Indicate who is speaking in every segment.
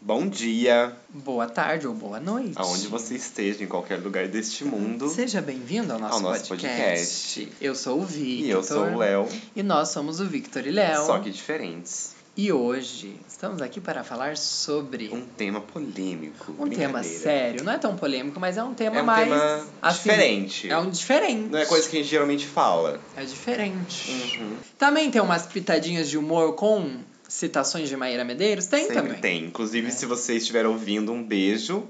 Speaker 1: Bom dia,
Speaker 2: Boa tarde ou boa noite.
Speaker 1: aonde você esteja, em qualquer lugar deste mundo.
Speaker 2: Seja bem-vindo ao nosso,
Speaker 1: Ao nosso podcast.
Speaker 2: Eu sou o Victor.
Speaker 1: E eu sou o Léo,
Speaker 2: E nós somos o Victor e Léo.
Speaker 1: só que diferentes.
Speaker 2: E hoje estamos aqui para falar sobre
Speaker 1: Um tema polêmico.
Speaker 2: um tema
Speaker 1: brincadeira.
Speaker 2: sério. Não é tão polêmico, mas é um tema
Speaker 1: É um
Speaker 2: mais.
Speaker 1: tema
Speaker 2: assim,
Speaker 1: diferente.
Speaker 2: É um diferente.
Speaker 1: Não é coisa que a gente geralmente fala.
Speaker 2: É diferente.
Speaker 1: Uhum.
Speaker 2: Também tem umas pitadinhas de humor com citações de Maíra Medeiros? Tem
Speaker 1: Sempre
Speaker 2: também.
Speaker 1: tem. Inclusive,
Speaker 2: É.
Speaker 1: se você estiver ouvindo, um beijo.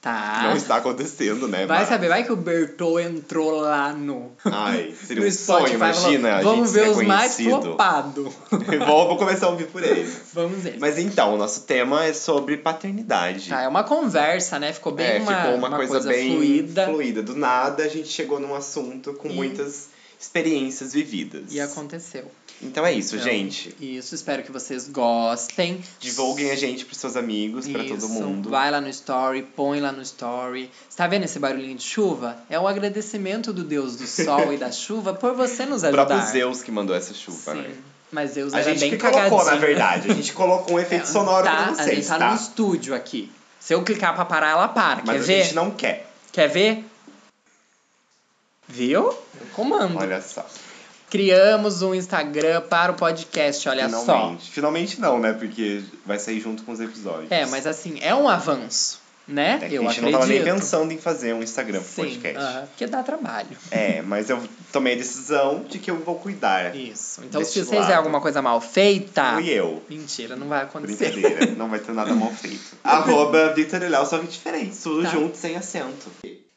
Speaker 2: Tá.
Speaker 1: Não está acontecendo, né?
Speaker 2: Vai
Speaker 1: mas-
Speaker 2: saber, vai que o Bertô entrou lá no.
Speaker 1: Ai, seria
Speaker 2: no
Speaker 1: um sonho,
Speaker 2: Spotify, falou,
Speaker 1: imagina. a
Speaker 2: Vamos
Speaker 1: gente
Speaker 2: ver
Speaker 1: ser
Speaker 2: os mais
Speaker 1: conhecido."
Speaker 2: flopados.
Speaker 1: vou, vou começar a ouvir por ele.
Speaker 2: Vamos ver.
Speaker 1: Mas então, o nosso tema é sobre paternidade.
Speaker 2: Tá, é uma conversa, né? Ficou bem
Speaker 1: é,
Speaker 2: uma,
Speaker 1: ficou uma, coisa, bem
Speaker 2: fluida.
Speaker 1: fluida. Do nada a gente chegou num assunto com
Speaker 2: E-
Speaker 1: muitas experiências vividas.
Speaker 2: E aconteceu.
Speaker 1: Então é isso,
Speaker 2: Então,
Speaker 1: gente.
Speaker 2: Isso, espero que vocês gostem.
Speaker 1: Divulguem a gente pros seus amigos, pra todo
Speaker 2: Isso,
Speaker 1: mundo.
Speaker 2: Vai lá no story, põe lá no story. Está vendo esse barulhinho de chuva? É um agradecimento do Deus do sol e da chuva por você nos
Speaker 1: O
Speaker 2: ajudar.
Speaker 1: próprio Zeus que mandou essa chuva,
Speaker 2: Sim.
Speaker 1: né?
Speaker 2: Mas Deus
Speaker 1: A
Speaker 2: era
Speaker 1: gente
Speaker 2: bem
Speaker 1: que colocou, na
Speaker 2: cagadinho.
Speaker 1: verdade. A gente colocou um efeito sonoro
Speaker 2: tá,
Speaker 1: pra
Speaker 2: A gente
Speaker 1: vocês,
Speaker 2: tá,
Speaker 1: tá?
Speaker 2: no estúdio aqui. Se eu clicar pra parar, ela para. Quer
Speaker 1: Mas a
Speaker 2: ver?
Speaker 1: gente não quer.
Speaker 2: Quer ver? Viu? Eu comando.
Speaker 1: Olha só.
Speaker 2: Criamos um Instagram para o podcast, olha só.
Speaker 1: Finalmente. Finalmente não, né? Porque vai sair junto com os episódios.
Speaker 2: É, mas assim, é um avanço, né?
Speaker 1: É que
Speaker 2: Eu
Speaker 1: a gente
Speaker 2: acredito.
Speaker 1: não tava nem pensando em fazer um Instagram pro
Speaker 2: Sim,
Speaker 1: podcast.
Speaker 2: aham, porque dá trabalho.
Speaker 1: É, mas eu tomei a decisão de que eu vou cuidar.
Speaker 2: Isso. Então,
Speaker 1: Deste
Speaker 2: se vocês
Speaker 1: É. lado.
Speaker 2: fizer alguma coisa mal feita.
Speaker 1: Fui eu.
Speaker 2: Mentira, não vai acontecer.
Speaker 1: Brincadeira, não vai ter nada mal feito. Arroba Vitor e Léo, só que diferente, tudo
Speaker 2: Tá.
Speaker 1: junto, sem acento.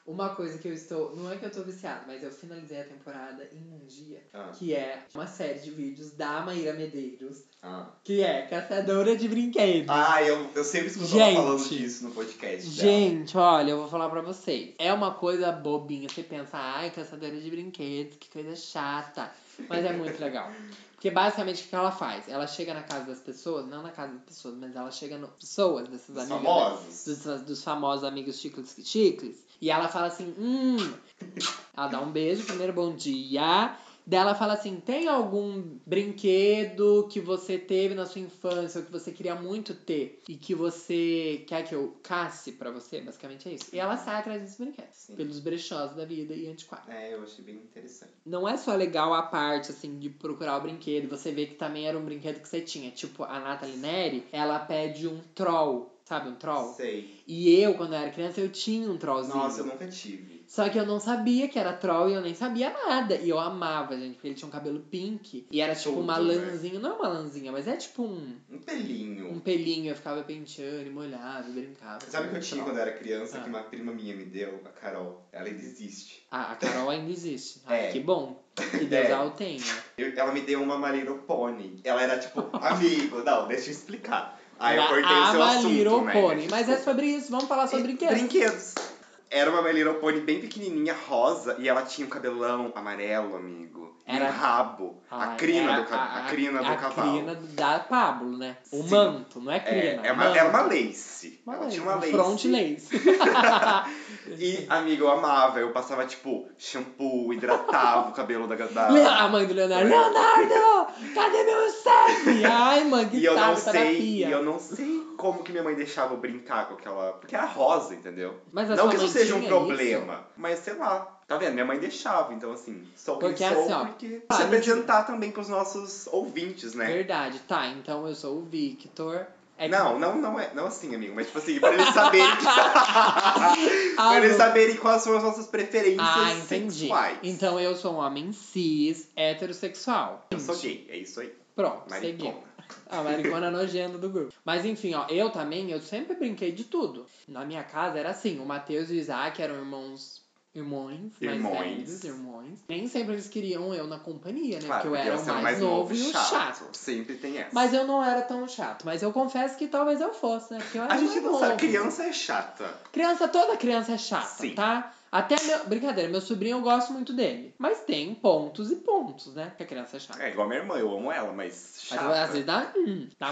Speaker 2: Uma coisa que eu estou. Não é que eu estou viciado, mas eu finalizei a temporada em um dia,
Speaker 1: Ah.
Speaker 2: que é uma série de vídeos da Maíra Medeiros,
Speaker 1: Ah,
Speaker 2: que é Caçadora de Brinquedos.
Speaker 1: eu, eu sempre escuto
Speaker 2: Gente.
Speaker 1: ela falando disso no podcast. né? dela.
Speaker 2: Gente, olha, eu vou falar pra vocês. É uma coisa bobinha. Você pensa, ai, caçadora de brinquedos, que coisa chata. Mas é muito legal. Porque basicamente o que ela faz? Ela chega na casa das pessoas, não na casa das pessoas, mas ela chega nas pessoas, dessas
Speaker 1: Dos
Speaker 2: amigas.
Speaker 1: famosos.
Speaker 2: Dos, dos famosos amigos chicles que chicles. E ela fala assim, hum. Ela dá um beijo, primeiro bom dia. Daí ela fala assim: tem algum brinquedo que você teve na sua infância ou que você queria muito ter e que você quer que eu casse pra você? Basicamente é isso. E ela sai atrás desses brinquedos,
Speaker 1: Sim.
Speaker 2: pelos brechós da vida e antiquários.
Speaker 1: É, eu achei bem interessante.
Speaker 2: Não é só legal a parte, assim, de procurar o brinquedo, você vê que também era um brinquedo que você tinha. Tipo, a Nathalie Neri, ela pede um troll, sabe? Um troll.
Speaker 1: Sei.
Speaker 2: E eu, quando eu era criança, eu tinha um trollzinho.
Speaker 1: Nossa, eu nunca tive.
Speaker 2: Só que eu não sabia que era troll e eu nem sabia nada. E eu amava, gente, porque ele tinha um cabelo pink. E era tipo
Speaker 1: Solto,
Speaker 2: uma
Speaker 1: né?
Speaker 2: lãzinha. Não é uma lãzinha, mas é tipo um,
Speaker 1: Um
Speaker 2: um
Speaker 1: pelinho.
Speaker 2: pelinho. Eu ficava penteando e molhava e brincava.
Speaker 1: Sabe o que eu tinha quando eu era criança,
Speaker 2: Ah.
Speaker 1: que uma prima minha me deu, a Carol? Ela ainda existe.
Speaker 2: Ah, a Carol ainda existe. Ah,
Speaker 1: É.
Speaker 2: que bom. Que Deus
Speaker 1: É.
Speaker 2: a o tenha.
Speaker 1: Eu- ela me deu uma Maliro Pony. Ela era tipo, amigo, não, deixa eu explicar. Aí Ah, eu
Speaker 2: Era
Speaker 1: cortei o seu
Speaker 2: Ama
Speaker 1: assunto,
Speaker 2: Little
Speaker 1: né? Tipo,
Speaker 2: Pony. Mas é sobre isso. Vamos falar sobre brinquedos.
Speaker 1: Brinquedos. Era uma My Little Pony bem pequenininha, rosa, e ela tinha um cabelão amarelo, amigo. E
Speaker 2: Era-
Speaker 1: um rabo.
Speaker 2: Ah,
Speaker 1: a crina
Speaker 2: era
Speaker 1: do, ca- a, crina do
Speaker 2: a
Speaker 1: cavalo.
Speaker 2: crina da Pablo, né? O
Speaker 1: Sim.
Speaker 2: manto, não é
Speaker 1: É,
Speaker 2: crina.
Speaker 1: é uma,
Speaker 2: manto.
Speaker 1: era uma lace.
Speaker 2: Uma
Speaker 1: ela
Speaker 2: lace,
Speaker 1: tinha uma
Speaker 2: um
Speaker 1: lace.
Speaker 2: Front lace.
Speaker 1: E, amigo, eu amava. Eu passava, tipo, shampoo, hidratava o cabelo da... da...
Speaker 2: Le- A mãe do Leonardo. Leonardo! Cadê meu chefe? Ai, mãe, que
Speaker 1: E eu não
Speaker 2: sabe, tá na
Speaker 1: sei, e
Speaker 2: pia.
Speaker 1: eu não sei como que minha mãe deixava eu brincar com aquela. Porque era rosa, entendeu?
Speaker 2: Mas a
Speaker 1: Não
Speaker 2: sua
Speaker 1: que isso
Speaker 2: mãe
Speaker 1: seja um
Speaker 2: tinha
Speaker 1: problema, mas sei lá. Tá vendo? Minha mãe deixava, então assim, sou quem
Speaker 2: Porque,
Speaker 1: sou,
Speaker 2: assim, ó,
Speaker 1: porque
Speaker 2: ah,
Speaker 1: se
Speaker 2: não
Speaker 1: apresentar também pros nossos ouvintes, né?
Speaker 2: Verdade, tá. Então eu sou o Victor. É que-
Speaker 1: Não, não, não é. Não assim, amigo, mas tipo assim, pra eles saberem. que- pra eles
Speaker 2: não.
Speaker 1: saberem quais são as nossas preferências
Speaker 2: Ah, entendi.
Speaker 1: sexuais.
Speaker 2: Então eu sou um homem cis, heterossexual.
Speaker 1: Eu sou gay, é isso aí. então,
Speaker 2: Pronto, segui.
Speaker 1: Maricona.
Speaker 2: A maricona nojenta do grupo. Mas enfim, ó, eu também, eu sempre brinquei de tudo. Na minha casa era assim, o Matheus e o Isaac eram irmãos. Irmãos, mais
Speaker 1: Irmões.
Speaker 2: velhos, irmãos. Nem sempre eles queriam eu na companhia, né?
Speaker 1: Claro,
Speaker 2: porque eu era o
Speaker 1: você é
Speaker 2: mais, novo, e o chato.
Speaker 1: Sempre tem essa.
Speaker 2: Mas eu não era tão chato. Mas eu confesso que talvez eu fosse, né? Porque eu era
Speaker 1: a gente
Speaker 2: mais
Speaker 1: não sabe,
Speaker 2: novo.
Speaker 1: criança é chata.
Speaker 2: Criança, toda criança é chata,
Speaker 1: Sim.
Speaker 2: tá? Até meu. Brincadeira, meu sobrinho eu gosto muito dele. Mas tem pontos e pontos, né? Que a criança é chata.
Speaker 1: É igual minha irmã, eu amo ela, mas
Speaker 2: Mas
Speaker 1: chata.
Speaker 2: eu, às vezes dá, hum, dá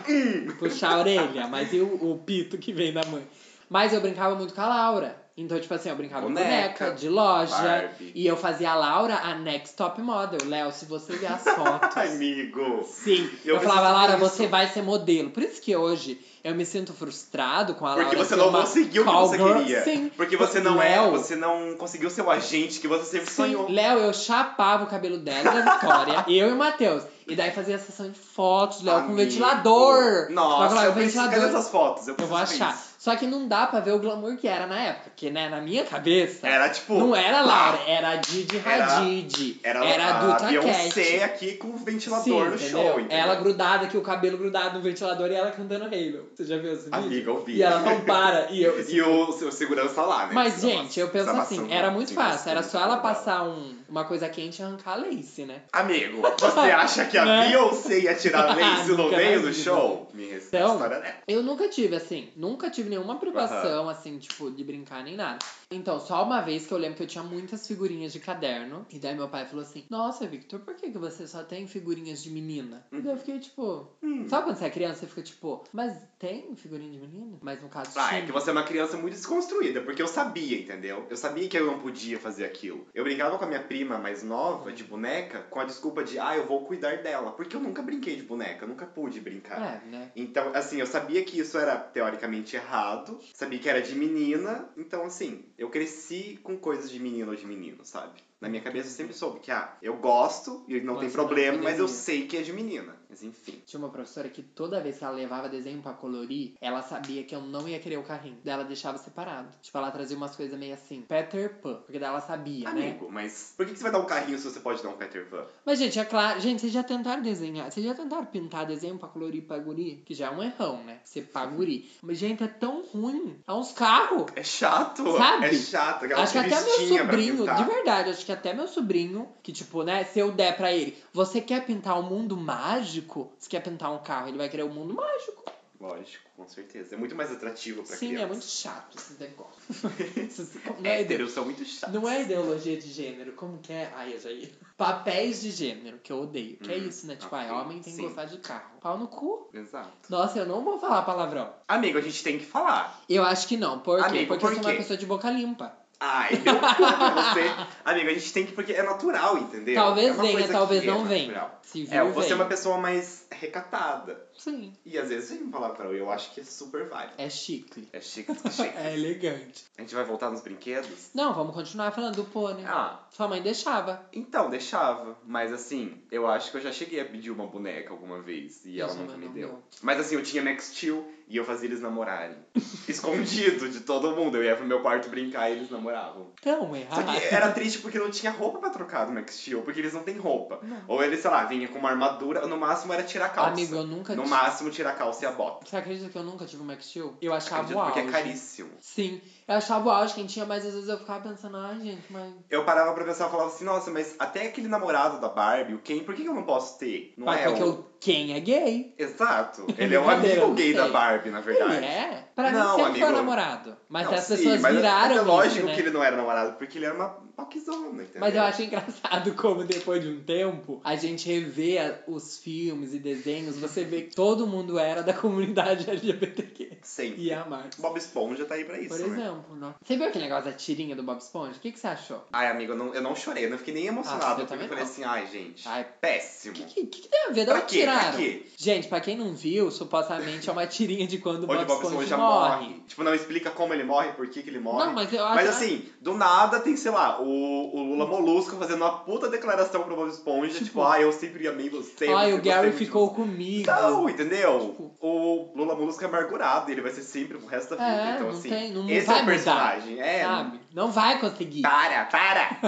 Speaker 1: um.
Speaker 2: de puxar a orelha, mas e o, o pito que vem da mãe? Mas eu brincava muito com a Laura. Então, tipo assim, eu brincava
Speaker 1: Boneca,
Speaker 2: de boneca, de loja.
Speaker 1: Barbie.
Speaker 2: E eu fazia a Laura a next top model. Léo, se você ver as fotos.
Speaker 1: Amigo.
Speaker 2: Sim,
Speaker 1: Eu
Speaker 2: eu, falava,
Speaker 1: preciso
Speaker 2: Laura,
Speaker 1: disso."
Speaker 2: você vai ser modelo. Por isso que hoje eu me sinto frustrado com a Laura.
Speaker 1: Porque você
Speaker 2: ser
Speaker 1: não
Speaker 2: uma
Speaker 1: conseguiu o que
Speaker 2: call
Speaker 1: você
Speaker 2: girl.
Speaker 1: queria.
Speaker 2: Sim.
Speaker 1: Porque você não é,
Speaker 2: Léo,
Speaker 1: você não conseguiu ser o agente que você sempre sonhou.
Speaker 2: Sim, Léo, eu chapava o cabelo dela e da Vitória, eu e o Matheus. E daí fazia a sessão de fotos, Léo, com
Speaker 1: Amigo.
Speaker 2: ventilador. Léo,
Speaker 1: Nossa,
Speaker 2: falava,
Speaker 1: eu preciso cadê essas fotos? Eu,
Speaker 2: Eu
Speaker 1: preciso
Speaker 2: vou
Speaker 1: ver
Speaker 2: achar.
Speaker 1: isso.
Speaker 2: Só que não dá pra ver o glamour que era na época. Porque, né, na minha cabeça,
Speaker 1: Era tipo.
Speaker 2: não era Laura, era a Didi Hadid.
Speaker 1: Era,
Speaker 2: a
Speaker 1: a
Speaker 2: Duta
Speaker 1: Beyoncé
Speaker 2: Cat.
Speaker 1: aqui com o
Speaker 2: Sim,
Speaker 1: ventilador no
Speaker 2: entendeu?
Speaker 1: show, entendeu?
Speaker 2: Ela grudada aqui, o cabelo grudado no ventilador e ela cantando Halo. Você já viu esse vídeo?
Speaker 1: Amiga, eu vi.
Speaker 2: E ela não para. E eu,
Speaker 1: E o seu segurança lá, né?
Speaker 2: Mas,
Speaker 1: Essa
Speaker 2: gente, eu
Speaker 1: maçã-
Speaker 2: penso
Speaker 1: essa
Speaker 2: assim,
Speaker 1: maçã- é
Speaker 2: era muito fácil. Era só ela
Speaker 1: maçã-
Speaker 2: passar um- uma coisa quente e arrancar a lace, né?
Speaker 1: Amigo, você acha que a
Speaker 2: Né?
Speaker 1: Beyoncé ia tirar lace no
Speaker 2: Nunca
Speaker 1: meio
Speaker 2: na
Speaker 1: do
Speaker 2: vida.
Speaker 1: show? Me respeita
Speaker 2: Então,
Speaker 1: a história né? dela.
Speaker 2: Eu nunca tive, assim, nunca tive nenhuma privação, assim, tipo, de brincar nem nada. Então, só uma vez que eu lembro que eu tinha muitas figurinhas de caderno. E daí meu pai falou assim: Nossa, Victor, por que, que você só tem figurinhas de menina? E daí eu fiquei tipo.
Speaker 1: Hum.
Speaker 2: Sabe quando você é criança, você fica tipo, mas tem figurinha de menina? Mas no caso,
Speaker 1: Ah,
Speaker 2: tinha.
Speaker 1: é que você é uma criança muito desconstruída, porque eu sabia, entendeu? Eu sabia que eu não podia fazer aquilo. Eu brincava com a minha prima mais nova, de boneca, com a desculpa de, ah, eu vou cuidar dela. Porque eu nunca brinquei de boneca, eu nunca pude brincar.
Speaker 2: É, né?
Speaker 1: Então, assim, eu sabia que isso era teoricamente errado, sabia que era de menina, então, assim, eu cresci com coisas de menino ou de menino, sabe? Na minha cabeça eu sempre soube que, ah, eu gosto e não
Speaker 2: Mas
Speaker 1: tem
Speaker 2: você não
Speaker 1: problema, mas eu
Speaker 2: poderia.
Speaker 1: sei que é de menina. Mas enfim.
Speaker 2: Tinha uma professora que toda vez que ela levava desenho pra colorir, ela sabia que eu não ia querer o carrinho. Daí ela deixava separado. Tipo, ela trazia umas coisas meio assim, Peter Pan. Porque daí ela sabia, né?
Speaker 1: Amigo, mas por que que você vai dar um carrinho se você pode dar um Peter Pan?
Speaker 2: Mas, gente, é claro. Gente, vocês já tentaram desenhar? Vocês já tentaram pintar desenho pra colorir pra guri? Que já é um errão, né? Você pra guri. Mas, gente, é tão ruim. É uns carros.
Speaker 1: É chato,
Speaker 2: Sabe?
Speaker 1: é chato. Aquela
Speaker 2: Acho que até meu
Speaker 1: revistinha pra
Speaker 2: sobrinho,
Speaker 1: pintar.
Speaker 2: de verdade, acho que até meu sobrinho, que tipo, né, se eu der pra ele, você quer pintar o mundo mágico? Você quer pintar um carro? Ele vai querer o mundo mágico.
Speaker 1: Lógico, com certeza. É muito mais atrativo pra
Speaker 2: Sim,
Speaker 1: criança.
Speaker 2: é muito chato esse negócio. Esses- não, é ide-
Speaker 1: Héteros são muito chatos.
Speaker 2: não é ideologia de gênero, como que é? Ai, eu já ia. Papéis de gênero, que eu odeio. Que é
Speaker 1: Hum,
Speaker 2: isso, né? Tipo, ai,
Speaker 1: ok,
Speaker 2: homem tem que
Speaker 1: sim.
Speaker 2: gostar de carro. Pau no cu.
Speaker 1: Exato.
Speaker 2: Nossa, eu não vou falar palavrão.
Speaker 1: Amigo, a gente tem que falar.
Speaker 2: Eu acho que não. Por quê?
Speaker 1: Amigo,
Speaker 2: Porque
Speaker 1: por
Speaker 2: eu sou uma
Speaker 1: quê?
Speaker 2: pessoa de boca limpa.
Speaker 1: Ai, meu Deus, você. Amigo, a gente tem que. Porque é natural, entendeu? é
Speaker 2: talvez
Speaker 1: uma
Speaker 2: venha,
Speaker 1: coisa
Speaker 2: talvez
Speaker 1: que
Speaker 2: não
Speaker 1: é
Speaker 2: venha.
Speaker 1: natural.
Speaker 2: Se vir,
Speaker 1: É, você é
Speaker 2: vem.
Speaker 1: uma pessoa mais recatada.
Speaker 2: Sim.
Speaker 1: E às vezes vem falar pra eu, eu acho que é super válido.
Speaker 2: É chique.
Speaker 1: É chique, chique.
Speaker 2: É elegante.
Speaker 1: A gente vai voltar nos brinquedos?
Speaker 2: Não, vamos continuar falando do pônei.
Speaker 1: Ah,
Speaker 2: Sua mãe deixava.
Speaker 1: então, deixava. Mas assim, eu acho que eu já cheguei a pedir uma boneca alguma vez e ela
Speaker 2: Isso,
Speaker 1: nunca
Speaker 2: mas
Speaker 1: me
Speaker 2: não
Speaker 1: deu. Mas assim, eu tinha Max Steel e eu fazia eles namorarem. Escondido de todo mundo. Eu ia pro meu quarto brincar e eles namoravam.
Speaker 2: Tão
Speaker 1: Só
Speaker 2: errado.
Speaker 1: que era triste porque não tinha roupa pra trocar do Max Steel, porque eles não têm roupa.
Speaker 2: Não.
Speaker 1: Ou ele, sei lá, vinha com uma armadura, no máximo era tirar a calça.
Speaker 2: Amigo, eu nunca
Speaker 1: no
Speaker 2: tive.
Speaker 1: máximo tirar a calça e a bota.
Speaker 2: Você acredita que eu nunca tive um Max Steel? Eu achava
Speaker 1: Acredito,
Speaker 2: o
Speaker 1: porque
Speaker 2: auge.
Speaker 1: é caríssimo.
Speaker 2: Sim. Eu achava o auge quem tinha, mas às vezes eu ficava pensando, ai, gente, mas.
Speaker 1: Eu parava pra pensar e falava assim, nossa, mas até aquele namorado da Barbie, o Ken, por que que eu não posso ter? Não
Speaker 2: Mas
Speaker 1: é
Speaker 2: porque
Speaker 1: o...
Speaker 2: o Ken é gay.
Speaker 1: Exato. Ele é um
Speaker 2: Brincadeira,
Speaker 1: amigo gay
Speaker 2: não
Speaker 1: da
Speaker 2: sei.
Speaker 1: Barbie, na verdade.
Speaker 2: Ele é? Pra
Speaker 1: Não,
Speaker 2: mim sempre foi
Speaker 1: amigo.
Speaker 2: namorado. Mas
Speaker 1: Não,
Speaker 2: as
Speaker 1: sim,
Speaker 2: pessoas
Speaker 1: mas-
Speaker 2: viraram.
Speaker 1: Mas é lógico
Speaker 2: isso, né?
Speaker 1: que ele não era namorado, porque ele era uma paquizona, entendeu?
Speaker 2: Mas eu acho engraçado como depois de um tempo a gente revê a- os filmes e desenhos, você vê que todo mundo era da comunidade LGBTQ
Speaker 1: Sempre.
Speaker 2: e a mais.
Speaker 1: Bob Esponja tá aí pra isso,
Speaker 2: Por
Speaker 1: né?
Speaker 2: exemplo, né? Você viu aquele negócio da tirinha do Bob Esponja? O que, que você achou?
Speaker 1: Ai, amigo, eu não, eu não chorei, eu não fiquei nem emocionado,
Speaker 2: Ah, eu
Speaker 1: porque
Speaker 2: também
Speaker 1: eu falei
Speaker 2: não.
Speaker 1: assim, ai, gente,
Speaker 2: Ai,
Speaker 1: péssimo.
Speaker 2: O que, que, que tem a ver? De
Speaker 1: Pra
Speaker 2: onde
Speaker 1: quê? Pra
Speaker 2: tiraram?
Speaker 1: quê?
Speaker 2: Gente, pra quem não viu, supostamente é uma tirinha de quando o Bob,
Speaker 1: Onde o Bob
Speaker 2: Esponja,
Speaker 1: Esponja
Speaker 2: morre.
Speaker 1: morre. Tipo, não explica como ele morre, por que, que ele morre.
Speaker 2: Não, mas eu acho
Speaker 1: Mas assim, do nada tem, sei lá, o, o Lula Molusco fazendo uma puta declaração pro Bob Esponja, tipo, ah, eu sempre amei você.
Speaker 2: Ai,
Speaker 1: você
Speaker 2: o Gary
Speaker 1: gostei muito
Speaker 2: ficou
Speaker 1: de você."
Speaker 2: comigo.
Speaker 1: Não, entendeu?
Speaker 2: Tipo-
Speaker 1: O Lula Molusco é amargurado, ele vai ser sempre pro resto da vida.
Speaker 2: É,
Speaker 1: então,
Speaker 2: não
Speaker 1: assim,
Speaker 2: tem- não- não
Speaker 1: esse é
Speaker 2: vai
Speaker 1: o
Speaker 2: mudar,
Speaker 1: personagem. é,
Speaker 2: Sabe? Não vai conseguir.
Speaker 1: para, para!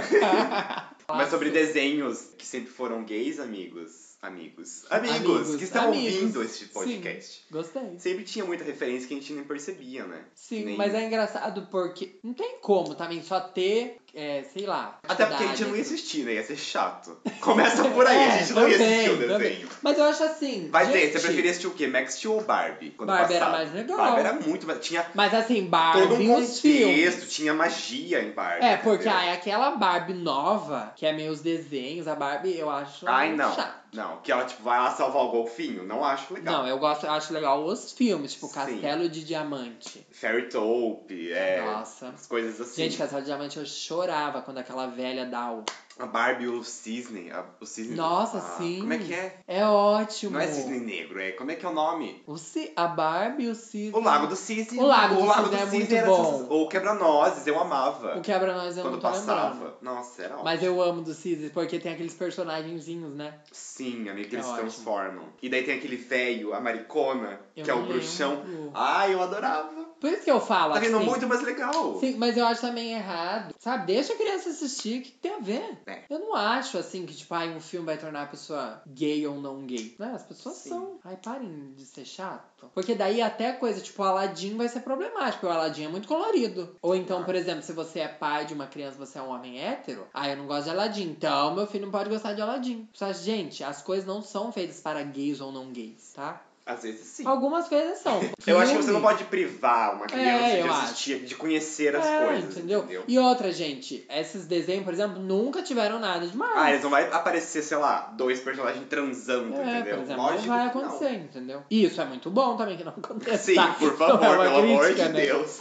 Speaker 1: Mas sobre desenhos que sempre foram gays, amigos. Amigos. Amigos,
Speaker 2: Amigos,
Speaker 1: que estão
Speaker 2: amigos.
Speaker 1: ouvindo esse
Speaker 2: Sim.
Speaker 1: podcast.
Speaker 2: Gostei.
Speaker 1: Sempre tinha muita referência que a gente nem percebia, né?
Speaker 2: Sim,
Speaker 1: Nem-
Speaker 2: mas é engraçado porque não tem como também só ter é, sei lá.
Speaker 1: Até porque a gente não ia
Speaker 2: atividades.
Speaker 1: assistir, né? Ia ser chato. Começa por aí, a gente não ia
Speaker 2: É, também,
Speaker 1: assistir o
Speaker 2: também.
Speaker 1: desenho.
Speaker 2: Mas eu acho assim.
Speaker 1: Vai ver,
Speaker 2: gente,
Speaker 1: você preferia assistir o quê? Max Steel ou Barbie? Quando
Speaker 2: Barbie era
Speaker 1: passava?
Speaker 2: mais legal.
Speaker 1: Barbie era muito, mas tinha
Speaker 2: Mas assim, Barbie
Speaker 1: todo um
Speaker 2: os filmes.
Speaker 1: contexto, tinha magia em Barbie.
Speaker 2: É, porque
Speaker 1: entendeu?
Speaker 2: ai, aquela Barbie nova, que é meio os desenhos, a Barbie, eu acho
Speaker 1: Ai, não.
Speaker 2: chata.
Speaker 1: Não, que ela tipo, vai lá salvar o golfinho, não acho legal.
Speaker 2: Não, eu gosto, eu acho legal os filmes, tipo
Speaker 1: Sim.
Speaker 2: Castelo de Diamante.
Speaker 1: Fairy Taupe, é.
Speaker 2: Nossa.
Speaker 1: As coisas assim.
Speaker 2: Gente, Castelo de Diamante eu chorava quando aquela velha dá o.
Speaker 1: A Barbie e o Cisne. a- o cisne
Speaker 2: Nossa,
Speaker 1: ah,
Speaker 2: sim.
Speaker 1: Como é que é?
Speaker 2: É ótimo.
Speaker 1: Não é Cisne Negro, é. Como é que é o nome?
Speaker 2: O ci... A Barbie e o Cisne.
Speaker 1: O Lago do Cisne.
Speaker 2: O Lago do
Speaker 1: Lago
Speaker 2: Cisne é muito
Speaker 1: era
Speaker 2: bom.
Speaker 1: sensacional. Ou Quebra-Nozes, eu amava.
Speaker 2: O é quebra-nós eu
Speaker 1: quando
Speaker 2: não tô
Speaker 1: passava.
Speaker 2: lembrando.
Speaker 1: Nossa, era ótimo.
Speaker 2: Mas eu amo do Cisne, porque tem aqueles personagenzinhos, né?
Speaker 1: Sim, amigo, que eles
Speaker 2: É
Speaker 1: se
Speaker 2: ótimo.
Speaker 1: transformam. E daí tem aquele velho, a maricona,
Speaker 2: Eu
Speaker 1: que é o
Speaker 2: não
Speaker 1: bruxão.
Speaker 2: lembro.
Speaker 1: Ai, eu adorava.
Speaker 2: Por isso que eu falo
Speaker 1: Tá vendo
Speaker 2: assim.
Speaker 1: muito mais legal.
Speaker 2: Sim, mas eu acho também errado. Sabe, deixa a criança assistir, o que tem a ver?
Speaker 1: É.
Speaker 2: Eu não acho assim que, tipo, ai, um filme vai tornar a pessoa gay ou não gay. Não, as pessoas
Speaker 1: Sim.
Speaker 2: são. Ai, parem de ser chato. Porque daí até coisa, tipo, o Aladdin vai ser problemático. porque O Aladdin é muito colorido. Ou então, por exemplo, se você é pai de uma criança, você é um homem hétero, ai, eu não gosto de Aladdin. Então, meu filho não pode gostar de Aladdin. Só, gente, as coisas não são feitas para gays ou não gays, tá?
Speaker 1: Às vezes sim.
Speaker 2: Algumas coisas são.
Speaker 1: Eu acho que
Speaker 2: Filme-
Speaker 1: você não pode privar uma criança
Speaker 2: É,
Speaker 1: de
Speaker 2: eu
Speaker 1: assistir, de conhecer as
Speaker 2: É,
Speaker 1: coisas, entendeu?
Speaker 2: E outra, gente, esses desenhos, por exemplo, nunca tiveram nada demais.
Speaker 1: Ah, eles não vai aparecer, sei lá, dois personagens transando,
Speaker 2: é,
Speaker 1: entendeu?
Speaker 2: por exemplo,
Speaker 1: Lógico
Speaker 2: não vai
Speaker 1: que
Speaker 2: acontecer, entendeu? E isso é muito bom também que não aconteça.
Speaker 1: Sim,
Speaker 2: tá?
Speaker 1: por
Speaker 2: Não
Speaker 1: favor,
Speaker 2: é uma
Speaker 1: pelo amor
Speaker 2: crítica,
Speaker 1: de
Speaker 2: né?
Speaker 1: Deus.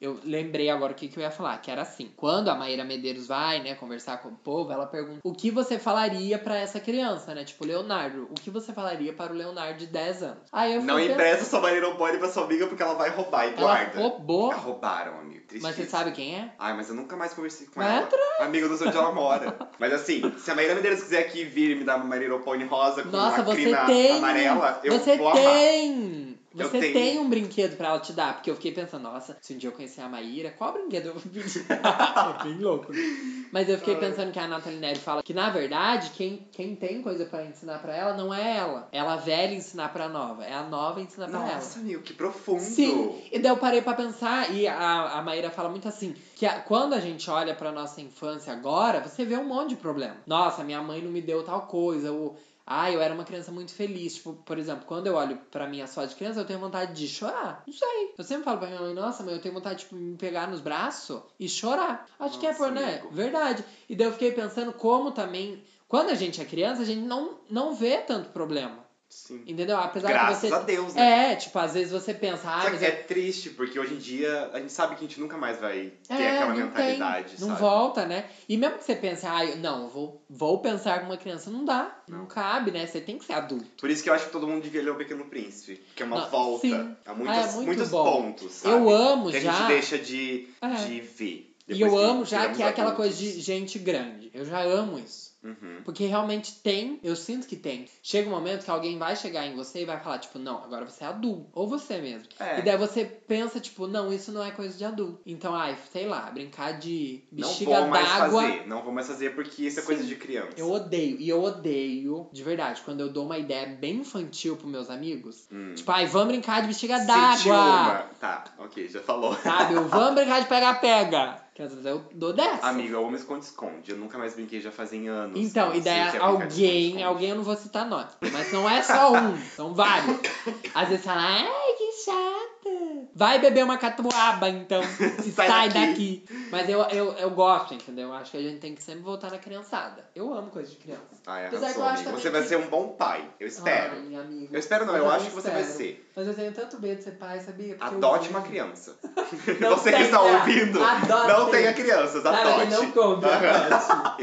Speaker 2: Eu lembrei agora o que, que eu ia falar, que era assim. Quando a Maíra Medeiros vai, né, conversar com o povo, ela pergunta o que você falaria pra essa criança, né? Tipo, Leonardo, o que você falaria para o Leonardo de 10 anos? Aí eu
Speaker 1: Não
Speaker 2: fiquei
Speaker 1: empresta sua Maria Pony pra sua amiga porque ela vai roubar e
Speaker 2: pensando, É Ela
Speaker 1: guarda.
Speaker 2: roubou,
Speaker 1: Ah, Roubaram, amigo. Triste.
Speaker 2: mas você sabe quem é?
Speaker 1: Ai, mas eu nunca mais conversei com
Speaker 2: Vai
Speaker 1: ela. Amiga, eu não sei onde ela mora. Mas assim, se a Maíra Medeiros quiser aqui vir e me dar uma Mariropone rosa com
Speaker 2: Nossa,
Speaker 1: uma
Speaker 2: você
Speaker 1: crina
Speaker 2: tem.
Speaker 1: amarela, eu
Speaker 2: você
Speaker 1: vou amar.
Speaker 2: tem.
Speaker 1: Eu
Speaker 2: Você
Speaker 1: tenho.
Speaker 2: tem um brinquedo pra ela te dar, porque eu fiquei pensando, nossa, se um dia eu conhecer a Maíra, qual brinquedo eu vou pedir? é bem louco. né? Mas eu fiquei
Speaker 1: Ai.
Speaker 2: pensando que a Nathalie Neri fala que, na verdade, quem, quem tem coisa pra ensinar pra ela não é ela. Ela velha ensinar pra nova, é a nova ensinar pra ela.
Speaker 1: Nossa, amigo, que profundo.
Speaker 2: Sim, e daí eu parei pra pensar, e a, a Maíra fala muito assim, que a- quando a gente olha pra nossa infância agora, você vê um monte de problema. Nossa, minha mãe não me deu tal coisa, ou... Ah, eu era uma criança muito feliz. Tipo, por exemplo, quando eu olho pra minha só de criança, eu tenho vontade de chorar. Não sei. Eu sempre falo pra minha mãe, nossa, mãe, eu tenho vontade de tipo, me pegar nos braços e chorar. Acho que é
Speaker 1: Nossa,
Speaker 2: por, né?
Speaker 1: amigo.
Speaker 2: Verdade. E daí eu fiquei pensando como também, quando a gente é criança, a gente não, não vê tanto problema.
Speaker 1: Sim.
Speaker 2: Entendeu? Apesar de
Speaker 1: Graças
Speaker 2: você
Speaker 1: a Deus, né?
Speaker 2: é, tipo, às vezes você pensa, ah,
Speaker 1: Só
Speaker 2: mas
Speaker 1: que
Speaker 2: eu...
Speaker 1: é triste, porque hoje em dia a gente sabe que a gente nunca mais vai ter
Speaker 2: é,
Speaker 1: aquela
Speaker 2: não
Speaker 1: mentalidade,
Speaker 2: tem, não
Speaker 1: sabe?
Speaker 2: volta, né? E mesmo que você pense, ah, eu- não, eu vou, vou pensar com uma criança, não dá, não,
Speaker 1: Não.
Speaker 2: cabe, né? Você tem que ser adulto.
Speaker 1: Por isso que eu acho que todo mundo devia ler o Pequeno Príncipe, que é uma
Speaker 2: Não,
Speaker 1: volta
Speaker 2: sim.
Speaker 1: a muitos,
Speaker 2: Ah, é muito
Speaker 1: muitos
Speaker 2: bom.
Speaker 1: pontos, sabe?
Speaker 2: Eu amo
Speaker 1: que a
Speaker 2: já.
Speaker 1: gente deixa de,
Speaker 2: É.
Speaker 1: de ver.
Speaker 2: E
Speaker 1: depois
Speaker 2: eu amo já
Speaker 1: viramos
Speaker 2: que é aquela
Speaker 1: adultos.
Speaker 2: coisa de gente grande. Eu já amo isso.
Speaker 1: Uhum.
Speaker 2: Porque realmente tem, eu sinto que tem. Chega um momento que alguém vai chegar em você e vai falar, tipo, não, agora você é adulto. Ou você mesmo.
Speaker 1: É.
Speaker 2: E daí você pensa, tipo, não, isso não é coisa de adulto. Então, ai, sei lá, brincar de
Speaker 1: Não
Speaker 2: bexiga
Speaker 1: vou mais
Speaker 2: d'água.
Speaker 1: fazer, não vou mais fazer porque isso é coisa de criança.
Speaker 2: Eu odeio, e eu odeio, de verdade, quando eu dou uma ideia bem infantil pros meus amigos.
Speaker 1: Hum.
Speaker 2: Tipo, ai, vamos brincar de bexiga
Speaker 1: Senti
Speaker 2: d'água. É.
Speaker 1: uma. Tá, ok, já falou.
Speaker 2: Sabe? Eu vamos brincar de pega-pega. Que às vezes eu dou dessa.
Speaker 1: Amigo, eu amo esconde-esconde. Eu nunca mais brinquei já fazem anos.
Speaker 2: Então,
Speaker 1: Não
Speaker 2: e
Speaker 1: sei
Speaker 2: daí
Speaker 1: se é brincar de
Speaker 2: alguém,
Speaker 1: esconde-esconde.
Speaker 2: alguém eu não vou citar nome, mas não é só um, são vários. Às vezes fala, ai, que chata. Vai beber uma catuaba, então, e sai,
Speaker 1: Sai
Speaker 2: daqui.
Speaker 1: daqui.
Speaker 2: Mas eu, eu, eu gosto, entendeu? Eu acho que a gente tem que sempre voltar na criançada. Eu amo coisa de criança.
Speaker 1: Ai,
Speaker 2: Apesar
Speaker 1: arrasou,
Speaker 2: que eu acho
Speaker 1: amigo.
Speaker 2: também
Speaker 1: Você vai
Speaker 2: que-
Speaker 1: ser um bom pai, eu espero.
Speaker 2: Ai, amigo.
Speaker 1: Eu espero não, eu,
Speaker 2: também
Speaker 1: acho que você vai
Speaker 2: espero.
Speaker 1: ser.
Speaker 2: Mas eu tenho tanto medo de ser pai, sabia? Porque eu
Speaker 1: Adote
Speaker 2: vejo-
Speaker 1: é uma criança.
Speaker 2: Não
Speaker 1: você que está
Speaker 2: tenha.
Speaker 1: ouvindo,
Speaker 2: Adote.
Speaker 1: não tenha crianças,
Speaker 2: Sabe,
Speaker 1: adote.
Speaker 2: quem não come, adote.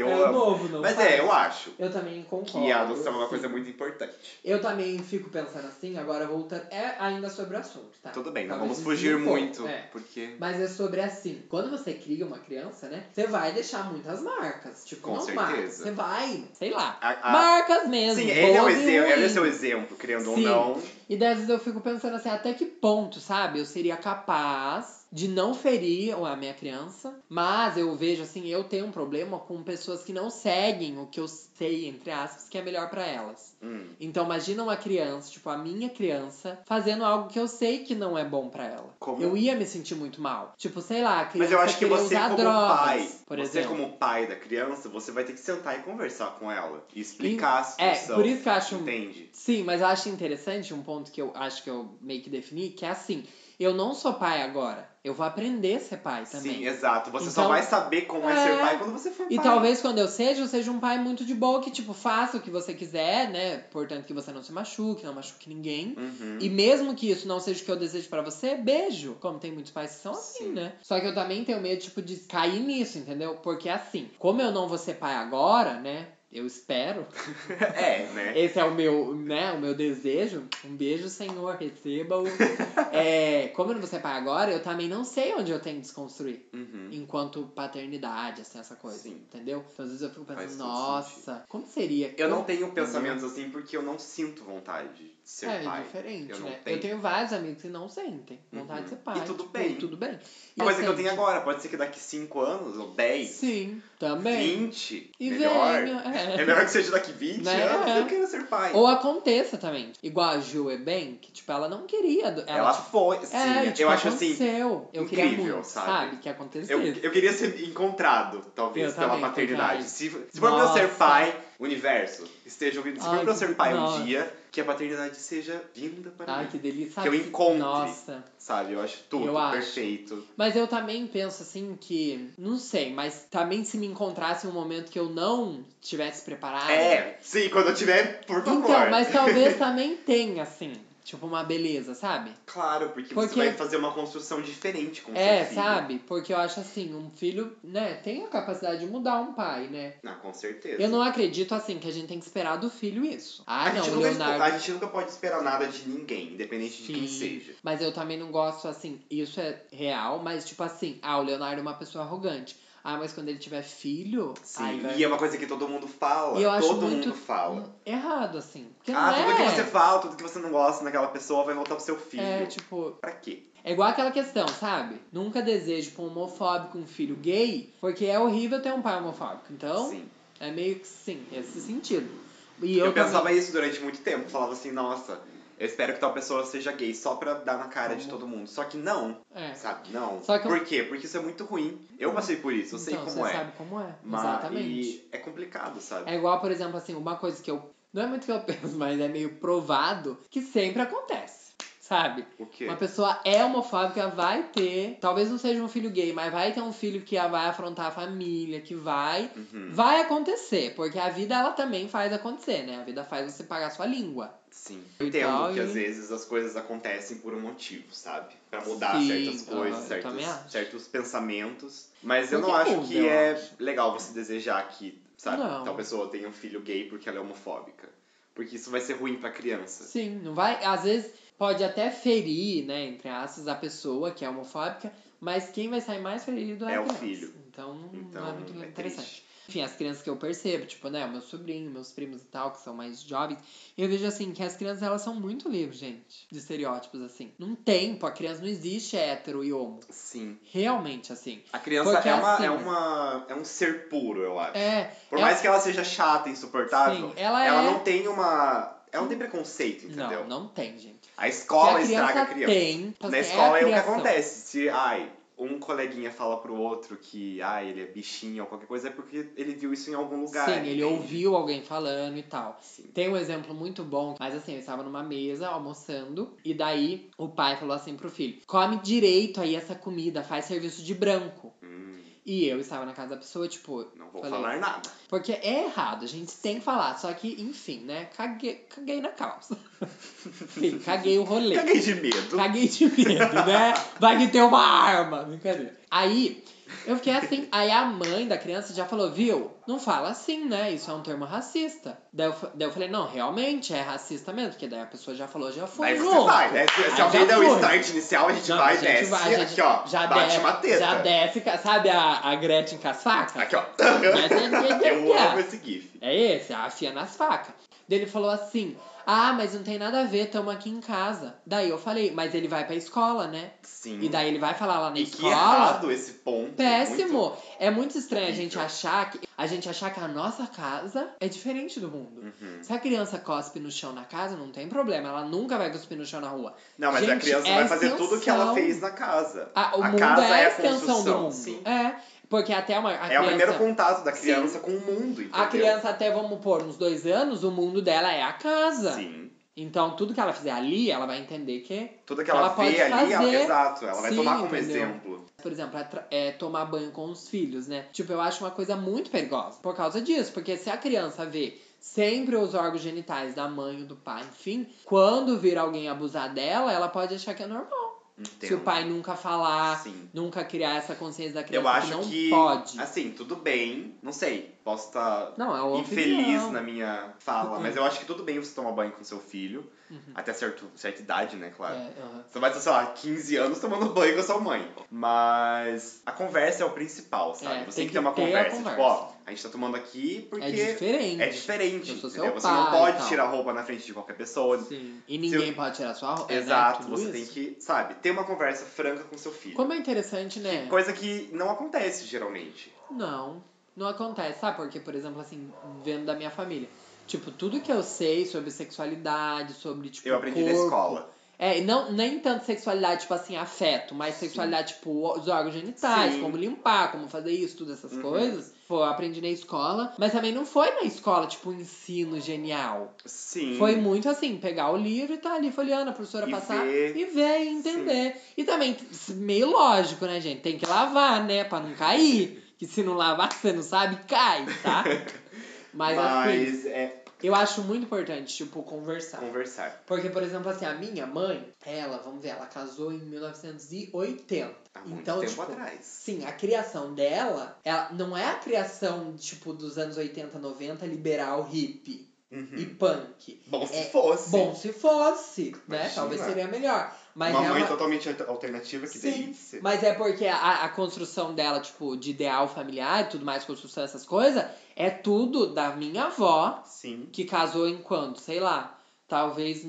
Speaker 1: Eu
Speaker 2: é
Speaker 1: amo.
Speaker 2: novo, não
Speaker 1: Mas
Speaker 2: faz.
Speaker 1: é, eu acho
Speaker 2: Eu também concordo.
Speaker 1: que a adoção é uma
Speaker 2: sim.
Speaker 1: coisa muito importante.
Speaker 2: Eu também fico pensando assim, agora voltando. É ainda sobre o assunto, tá?
Speaker 1: Tudo bem, não vamos
Speaker 2: Talvez isso
Speaker 1: fugir
Speaker 2: um pouco,
Speaker 1: muito,
Speaker 2: é.
Speaker 1: porque.
Speaker 2: Mas é sobre assim, quando você cria uma criança, né? Você vai deixar muitas marcas. Tipo,
Speaker 1: Com
Speaker 2: não
Speaker 1: certeza.
Speaker 2: marcas. Você vai, sei lá.
Speaker 1: A- a-
Speaker 2: Marcas mesmo.
Speaker 1: Sim, ele é, o
Speaker 2: boas e
Speaker 1: exemplo, ele é
Speaker 2: ruins.
Speaker 1: seu exemplo, criando ou
Speaker 2: Sim.
Speaker 1: não.
Speaker 2: E daí, às vezes eu fico pensando assim, até que ponto, sabe? Eu seria capaz de não ferir a minha criança, mas eu vejo assim, eu tenho um problema com pessoas que não seguem o que eu sei, entre aspas, que é melhor pra elas.
Speaker 1: Hum.
Speaker 2: Então imagina uma criança, tipo a minha criança, fazendo algo que eu sei que não é bom pra ela.
Speaker 1: Como?
Speaker 2: Eu ia me sentir muito mal. Tipo, sei lá, a criança
Speaker 1: Mas eu acho que
Speaker 2: queria
Speaker 1: você,
Speaker 2: usar
Speaker 1: como
Speaker 2: drogas,
Speaker 1: pai,
Speaker 2: por
Speaker 1: você
Speaker 2: exemplo.
Speaker 1: como pai da criança, você vai ter que sentar e conversar com ela e explicar a
Speaker 2: É,
Speaker 1: situação.
Speaker 2: por isso que eu acho
Speaker 1: Entende?
Speaker 2: Sim, mas eu acho interessante um ponto que eu acho que eu meio que defini, que é assim, eu não sou pai agora, eu vou aprender a ser pai também.
Speaker 1: Sim, exato. Você só
Speaker 2: Então-
Speaker 1: vai saber como é,
Speaker 2: É.
Speaker 1: ser pai quando você for
Speaker 2: E
Speaker 1: pai.
Speaker 2: talvez quando eu seja, eu seja um pai muito de boa, que tipo, faça o que você quiser, né? Portanto que você não se machuque, não machuque ninguém.
Speaker 1: Uhum.
Speaker 2: E mesmo que isso não seja o que eu desejo pra você, beijo. Como tem muitos pais que são assim,
Speaker 1: Sim.
Speaker 2: né? Só que eu também tenho medo, tipo, de cair nisso, entendeu? Porque assim, como eu não vou ser pai agora, né? Eu espero.
Speaker 1: É, né?
Speaker 2: Esse é o meu, né, o meu desejo. Um beijo, Senhor, receba-o. É, como eu não vou ser pai agora, eu também não sei onde eu tenho que desconstruir.
Speaker 1: Uhum.
Speaker 2: Enquanto paternidade, assim, essa coisa,
Speaker 1: Sim.
Speaker 2: entendeu? Então, às vezes eu fico
Speaker 1: Faz
Speaker 2: pensando,
Speaker 1: todo
Speaker 2: nossa, como seria?
Speaker 1: Eu não
Speaker 2: como-
Speaker 1: tenho pensamentos assim porque eu não sinto vontade de ser
Speaker 2: Uhum. É,
Speaker 1: pai.
Speaker 2: é diferente,
Speaker 1: Eu não
Speaker 2: né?
Speaker 1: tenho.
Speaker 2: Eu tenho vários amigos que não sentem vontade
Speaker 1: Uhum.
Speaker 2: de ser pai.
Speaker 1: E tudo
Speaker 2: tipo,
Speaker 1: bem. É
Speaker 2: e tudo bem. E
Speaker 1: Uma coisa que eu
Speaker 2: assim,
Speaker 1: tenho agora, pode ser que daqui 5 anos, ou 10,
Speaker 2: Sim, também.
Speaker 1: 20,
Speaker 2: E
Speaker 1: melhor.
Speaker 2: venho, é.
Speaker 1: É melhor que seja daqui 20
Speaker 2: Né?
Speaker 1: anos, eu quero ser pai.
Speaker 2: Ou aconteça também. Igual a Ju Ebank, tipo, ela não queria. do-
Speaker 1: Ela foi, sim.
Speaker 2: É, tipo,
Speaker 1: eu acho assim,
Speaker 2: aconteceu. Eu queria
Speaker 1: incrível,
Speaker 2: muito, sabe?
Speaker 1: sabe?
Speaker 2: Que
Speaker 1: Eu,
Speaker 2: acontecesse.
Speaker 1: eu queria ser encontrado, talvez,
Speaker 2: Eu
Speaker 1: pela
Speaker 2: também,
Speaker 1: paternidade.
Speaker 2: coitado.
Speaker 1: Se, se for pra eu ser
Speaker 2: Nossa.
Speaker 1: pai, universo, esteja ouvindo. Se
Speaker 2: Ai,
Speaker 1: for pra eu ser pai
Speaker 2: nossa.
Speaker 1: um dia, que a paternidade seja vinda para
Speaker 2: Ai,
Speaker 1: mim.
Speaker 2: tá? que delícia.
Speaker 1: Que eu encontre.
Speaker 2: Nossa.
Speaker 1: Sabe? Eu acho tudo
Speaker 2: Eu acho.
Speaker 1: perfeito.
Speaker 2: Mas eu também penso assim que. Não sei, mas também se me encontrasse em um momento que eu não tivesse preparado.
Speaker 1: É, sim, quando eu tiver, por favor.
Speaker 2: Então, mas talvez também tenha, assim. Tipo, uma beleza, sabe?
Speaker 1: Claro, porque,
Speaker 2: Porque-
Speaker 1: você vai fazer uma construção diferente com o
Speaker 2: É,
Speaker 1: seu filho.
Speaker 2: sabe? Porque eu acho assim, um filho, né, tem a capacidade de mudar um pai, né?
Speaker 1: Não, com certeza.
Speaker 2: Eu não acredito, assim, que a gente tem que esperar do filho isso. Ah,
Speaker 1: a,
Speaker 2: não,
Speaker 1: gente
Speaker 2: o
Speaker 1: nunca,
Speaker 2: Leonardo
Speaker 1: a gente nunca pode esperar nada de ninguém, independente de quem
Speaker 2: Sim,
Speaker 1: seja.
Speaker 2: Mas eu também não gosto, assim, isso é real, mas tipo assim, ah, o Leonardo é uma pessoa arrogante. Ah, mas quando ele tiver filho.
Speaker 1: Sim,
Speaker 2: ai, vai-
Speaker 1: e é uma coisa que todo mundo fala.
Speaker 2: E eu acho
Speaker 1: todo
Speaker 2: muito-
Speaker 1: mundo fala.
Speaker 2: Errado, assim. Porque
Speaker 1: Ah,
Speaker 2: não é...
Speaker 1: tudo que você fala, tudo que você não gosta naquela pessoa vai voltar pro seu filho.
Speaker 2: É, tipo,
Speaker 1: Pra quê?
Speaker 2: é igual aquela questão, sabe? Nunca desejo pra um homofóbico um filho gay, porque é horrível ter um pai homofóbico. Então,
Speaker 1: Sim.
Speaker 2: é meio que sim, esse sentido. E
Speaker 1: Eu,
Speaker 2: eu, também-
Speaker 1: pensava isso durante muito tempo. Falava assim, nossa, eu espero que tal pessoa seja gay só pra dar na cara de todo mundo. Só que não,
Speaker 2: É.
Speaker 1: sabe? Não.
Speaker 2: Só que eu-
Speaker 1: Por quê? Porque isso é muito ruim. Eu passei por isso, eu sei
Speaker 2: então,
Speaker 1: como é.
Speaker 2: você sabe como é.
Speaker 1: Mas
Speaker 2: Exatamente.
Speaker 1: e é complicado, sabe?
Speaker 2: É igual, por exemplo, assim, uma coisa que eu. Não é muito que eu penso, mas é meio provado que sempre acontece. Sabe?
Speaker 1: O quê?
Speaker 2: Uma pessoa é homofóbica, vai ter. Talvez não seja um filho gay, mas vai ter um filho que a- vai afrontar a família, que vai.
Speaker 1: Uhum.
Speaker 2: Vai acontecer, porque a vida ela também faz acontecer, né? A vida faz você pagar sua língua.
Speaker 1: Sim.
Speaker 2: E
Speaker 1: Eu entendo
Speaker 2: tal,
Speaker 1: que
Speaker 2: Então, e-
Speaker 1: às vezes as coisas acontecem por um motivo, sabe? Pra mudar
Speaker 2: Sim,
Speaker 1: certas coisas,
Speaker 2: ah, eu também acho.
Speaker 1: certos, certos pensamentos. Mas eu
Speaker 2: Porque
Speaker 1: não acho
Speaker 2: muda,
Speaker 1: que
Speaker 2: eu
Speaker 1: é
Speaker 2: acho.
Speaker 1: legal você desejar que, sabe,
Speaker 2: Não.
Speaker 1: tal pessoa tenha um filho gay porque ela é homofóbica. Porque isso vai ser ruim pra criança.
Speaker 2: Sim, não vai. Às vezes pode até ferir, né, entre aspas, a pessoa que é homofóbica, mas quem vai sair mais ferido é,
Speaker 1: É
Speaker 2: a
Speaker 1: o
Speaker 2: criança.
Speaker 1: filho.
Speaker 2: Então, não é
Speaker 1: Então,
Speaker 2: muito
Speaker 1: é
Speaker 2: interessante.
Speaker 1: triste.
Speaker 2: Enfim, as crianças que eu percebo, tipo, né, o meu sobrinho, meus primos e tal, que são mais jovens, eu vejo assim que as crianças elas são muito livres, gente, de estereótipos assim. Não tem, pô, a criança não existe hétero e homo.
Speaker 1: Sim.
Speaker 2: Realmente assim.
Speaker 1: A criança
Speaker 2: Porque
Speaker 1: é uma,
Speaker 2: assim-
Speaker 1: é uma. É um ser puro, eu acho.
Speaker 2: É,
Speaker 1: por
Speaker 2: é-
Speaker 1: mais que ela seja chata, insuportável,
Speaker 2: sim, ela,
Speaker 1: ela
Speaker 2: é
Speaker 1: não tem uma. Ela não tem preconceito, entendeu?
Speaker 2: Não, não tem, gente.
Speaker 1: A
Speaker 2: Porque
Speaker 1: escola
Speaker 2: a criança
Speaker 1: estraga a criança.
Speaker 2: tem, então,
Speaker 1: Na
Speaker 2: assim,
Speaker 1: escola
Speaker 2: é,
Speaker 1: é,
Speaker 2: a
Speaker 1: o que
Speaker 2: criação.
Speaker 1: acontece. Se, ai, um coleguinha fala pro outro que, ai, ele é bichinho ou qualquer coisa, é porque ele viu isso em algum lugar. é Assim,
Speaker 2: Sim, ele
Speaker 1: entende?
Speaker 2: ouviu alguém falando e tal.
Speaker 1: Sim.
Speaker 2: Tem um exemplo muito bom, mas assim, eu estava numa mesa almoçando, e daí o pai falou assim pro filho: come direito aí essa comida, faz serviço de branco.
Speaker 1: Hum,
Speaker 2: E eu estava na casa da pessoa, tipo,
Speaker 1: não vou
Speaker 2: Falei.
Speaker 1: falar nada.
Speaker 2: porque é errado, a gente tem que falar, só que, enfim, né? Caguei, caguei na calça. Enfim, caguei o rolê.
Speaker 1: Caguei de medo.
Speaker 2: Caguei de medo, né? Vai que tem uma arma. Brincadeira. Aí, eu fiquei assim. Aí a mãe da criança já falou, viu? Não fala assim, né? Isso é um termo racista. Daí eu, fa- daí eu falei, não, realmente é racista mesmo. Porque daí a pessoa já falou, já foi.
Speaker 1: Aí você
Speaker 2: junto.
Speaker 1: vai, né? Se, se
Speaker 2: Aí já
Speaker 1: alguém der o
Speaker 2: foi.
Speaker 1: start inicial, a gente
Speaker 2: Não,
Speaker 1: vai
Speaker 2: a
Speaker 1: e
Speaker 2: gente
Speaker 1: desce.
Speaker 2: vai, a gente
Speaker 1: aqui, ó.
Speaker 2: já
Speaker 1: bate
Speaker 2: desce,
Speaker 1: uma teta.
Speaker 2: Já desce, ca- sabe a, a Gretchen é caçaca?
Speaker 1: Aqui, ó.
Speaker 2: Desce, desce, desce,
Speaker 1: Eu
Speaker 2: desce.
Speaker 1: amo esse gif.
Speaker 2: Ah, É esse, afia nas facas. Daí ele falou assim: Ah, mas não tem nada a ver, tamo aqui em casa. Daí eu falei, mas ele vai pra escola, né?
Speaker 1: Sim.
Speaker 2: E daí ele vai falar lá na
Speaker 1: E que
Speaker 2: escola.
Speaker 1: errado esse ponto.
Speaker 2: Péssimo!
Speaker 1: muito.
Speaker 2: É muito estranho a gente
Speaker 1: Horrível.
Speaker 2: achar que a gente achar que a nossa casa é diferente do mundo.
Speaker 1: Uhum.
Speaker 2: Se a criança cospe no chão na casa, não tem problema. Ela nunca vai cuspir no chão na rua.
Speaker 1: Não, mas a
Speaker 2: Gente,
Speaker 1: criança
Speaker 2: é
Speaker 1: vai fazer tudo o que ela
Speaker 2: extensão.
Speaker 1: fez na casa.
Speaker 2: A, o
Speaker 1: A
Speaker 2: mundo
Speaker 1: casa
Speaker 2: é
Speaker 1: é
Speaker 2: a
Speaker 1: a
Speaker 2: extensão do
Speaker 1: construção,
Speaker 2: mundo.
Speaker 1: sim.
Speaker 2: É. Porque até uma, a
Speaker 1: é o primeiro
Speaker 2: criança-
Speaker 1: contato da criança com o mundo, entendeu?
Speaker 2: A criança, até vamos pôr, uns dois anos, o mundo dela é a casa.
Speaker 1: Sim.
Speaker 2: Então, tudo que ela fizer ali, ela vai entender que.
Speaker 1: Tudo que ela,
Speaker 2: Ela pode
Speaker 1: vê ali, ela,
Speaker 2: fazer.
Speaker 1: exato, ela vai
Speaker 2: Sim,
Speaker 1: tomar como
Speaker 2: entendeu?
Speaker 1: exemplo.
Speaker 2: Por exemplo, é, tra- é tomar banho com os filhos, né? Tipo, eu acho uma coisa muito perigosa por causa disso. Porque se a criança vê sempre os órgãos genitais da mãe ou do pai, enfim, quando vir alguém abusar dela, ela pode achar que é normal. Se
Speaker 1: Entendo.
Speaker 2: o pai nunca falar,
Speaker 1: Sim.
Speaker 2: nunca criar essa consciência da criança
Speaker 1: um- Eu acho
Speaker 2: que não
Speaker 1: que,
Speaker 2: pode.
Speaker 1: assim, tudo bem, não sei, posso estar
Speaker 2: Não, é uma
Speaker 1: infeliz né?
Speaker 2: opinião. Uhum.
Speaker 1: na minha fala, mas eu acho que tudo bem você tomar banho com seu filho, até certo, certa idade, né, claro.
Speaker 2: É, aham.
Speaker 1: Você vai ter, sei lá, 15 anos tomando banho com a sua mãe. Mas a conversa é o principal, sabe? você
Speaker 2: É, tem
Speaker 1: tem que
Speaker 2: que
Speaker 1: ter uma
Speaker 2: ter a
Speaker 1: conversa. Tipo, ó,
Speaker 2: conversa.
Speaker 1: a gente tá tomando aqui porque
Speaker 2: É diferente.
Speaker 1: é diferente,
Speaker 2: Eu sou seu
Speaker 1: entendeu? Você
Speaker 2: pai
Speaker 1: não
Speaker 2: e
Speaker 1: pode
Speaker 2: tal.
Speaker 1: tirar a roupa na frente de qualquer pessoa.
Speaker 2: Sim. E ninguém pode tirar sua roupa.
Speaker 1: Exato,
Speaker 2: né? Tudo
Speaker 1: você
Speaker 2: isso.
Speaker 1: tem que, sabe, ter uma conversa franca com seu filho.
Speaker 2: Como é interessante, né?
Speaker 1: Coisa que não acontece geralmente.
Speaker 2: Não, não acontece, sabe? Porque, por exemplo, assim, vendo da minha família. Tipo, tudo que eu sei sobre sexualidade, sobre, tipo,
Speaker 1: Eu aprendi
Speaker 2: corpo,
Speaker 1: na escola.
Speaker 2: É, e não, nem tanto sexualidade, tipo assim, afeto, mas sexualidade, tipo, os órgãos genitais,
Speaker 1: Sim.
Speaker 2: como limpar, como fazer isso, todas essas
Speaker 1: Uhum.
Speaker 2: coisas. Pô, eu aprendi na escola, mas também não foi na escola, tipo, um ensino genial.
Speaker 1: Sim.
Speaker 2: Foi muito assim, pegar o livro e tá ali folheando, a professora
Speaker 1: E
Speaker 2: passar
Speaker 1: ver.
Speaker 2: e ver e entender. E também, t- meio lógico, né, gente? Tem que lavar, né? Pra não cair. Que se não lavar, você não sabe, cai, tá? Mas, assim,
Speaker 1: Mas é
Speaker 2: eu acho muito importante, tipo, conversar.
Speaker 1: conversar.
Speaker 2: Porque, por exemplo, assim, a minha mãe, ela, vamos ver, ela casou em 1980.
Speaker 1: Há muito
Speaker 2: então,
Speaker 1: tempo
Speaker 2: tipo,
Speaker 1: atrás.
Speaker 2: Sim, a criação dela, ela não é a criação, tipo, dos anos 80, 90, liberal, hippie
Speaker 1: Uhum.
Speaker 2: e punk.
Speaker 1: Bom, se
Speaker 2: é-
Speaker 1: fosse.
Speaker 2: Bom, se fosse, né?
Speaker 1: Imagina.
Speaker 2: Talvez seria melhor. Mas
Speaker 1: é. uma
Speaker 2: é
Speaker 1: mãe
Speaker 2: uma-
Speaker 1: totalmente alter- alternativa, que
Speaker 2: Sim,
Speaker 1: delícia.
Speaker 2: Mas é porque a, a construção dela, tipo, de ideal familiar e tudo mais, construção dessas coisas, é tudo da minha avó,
Speaker 1: Sim.
Speaker 2: que casou em quando? Sei lá, talvez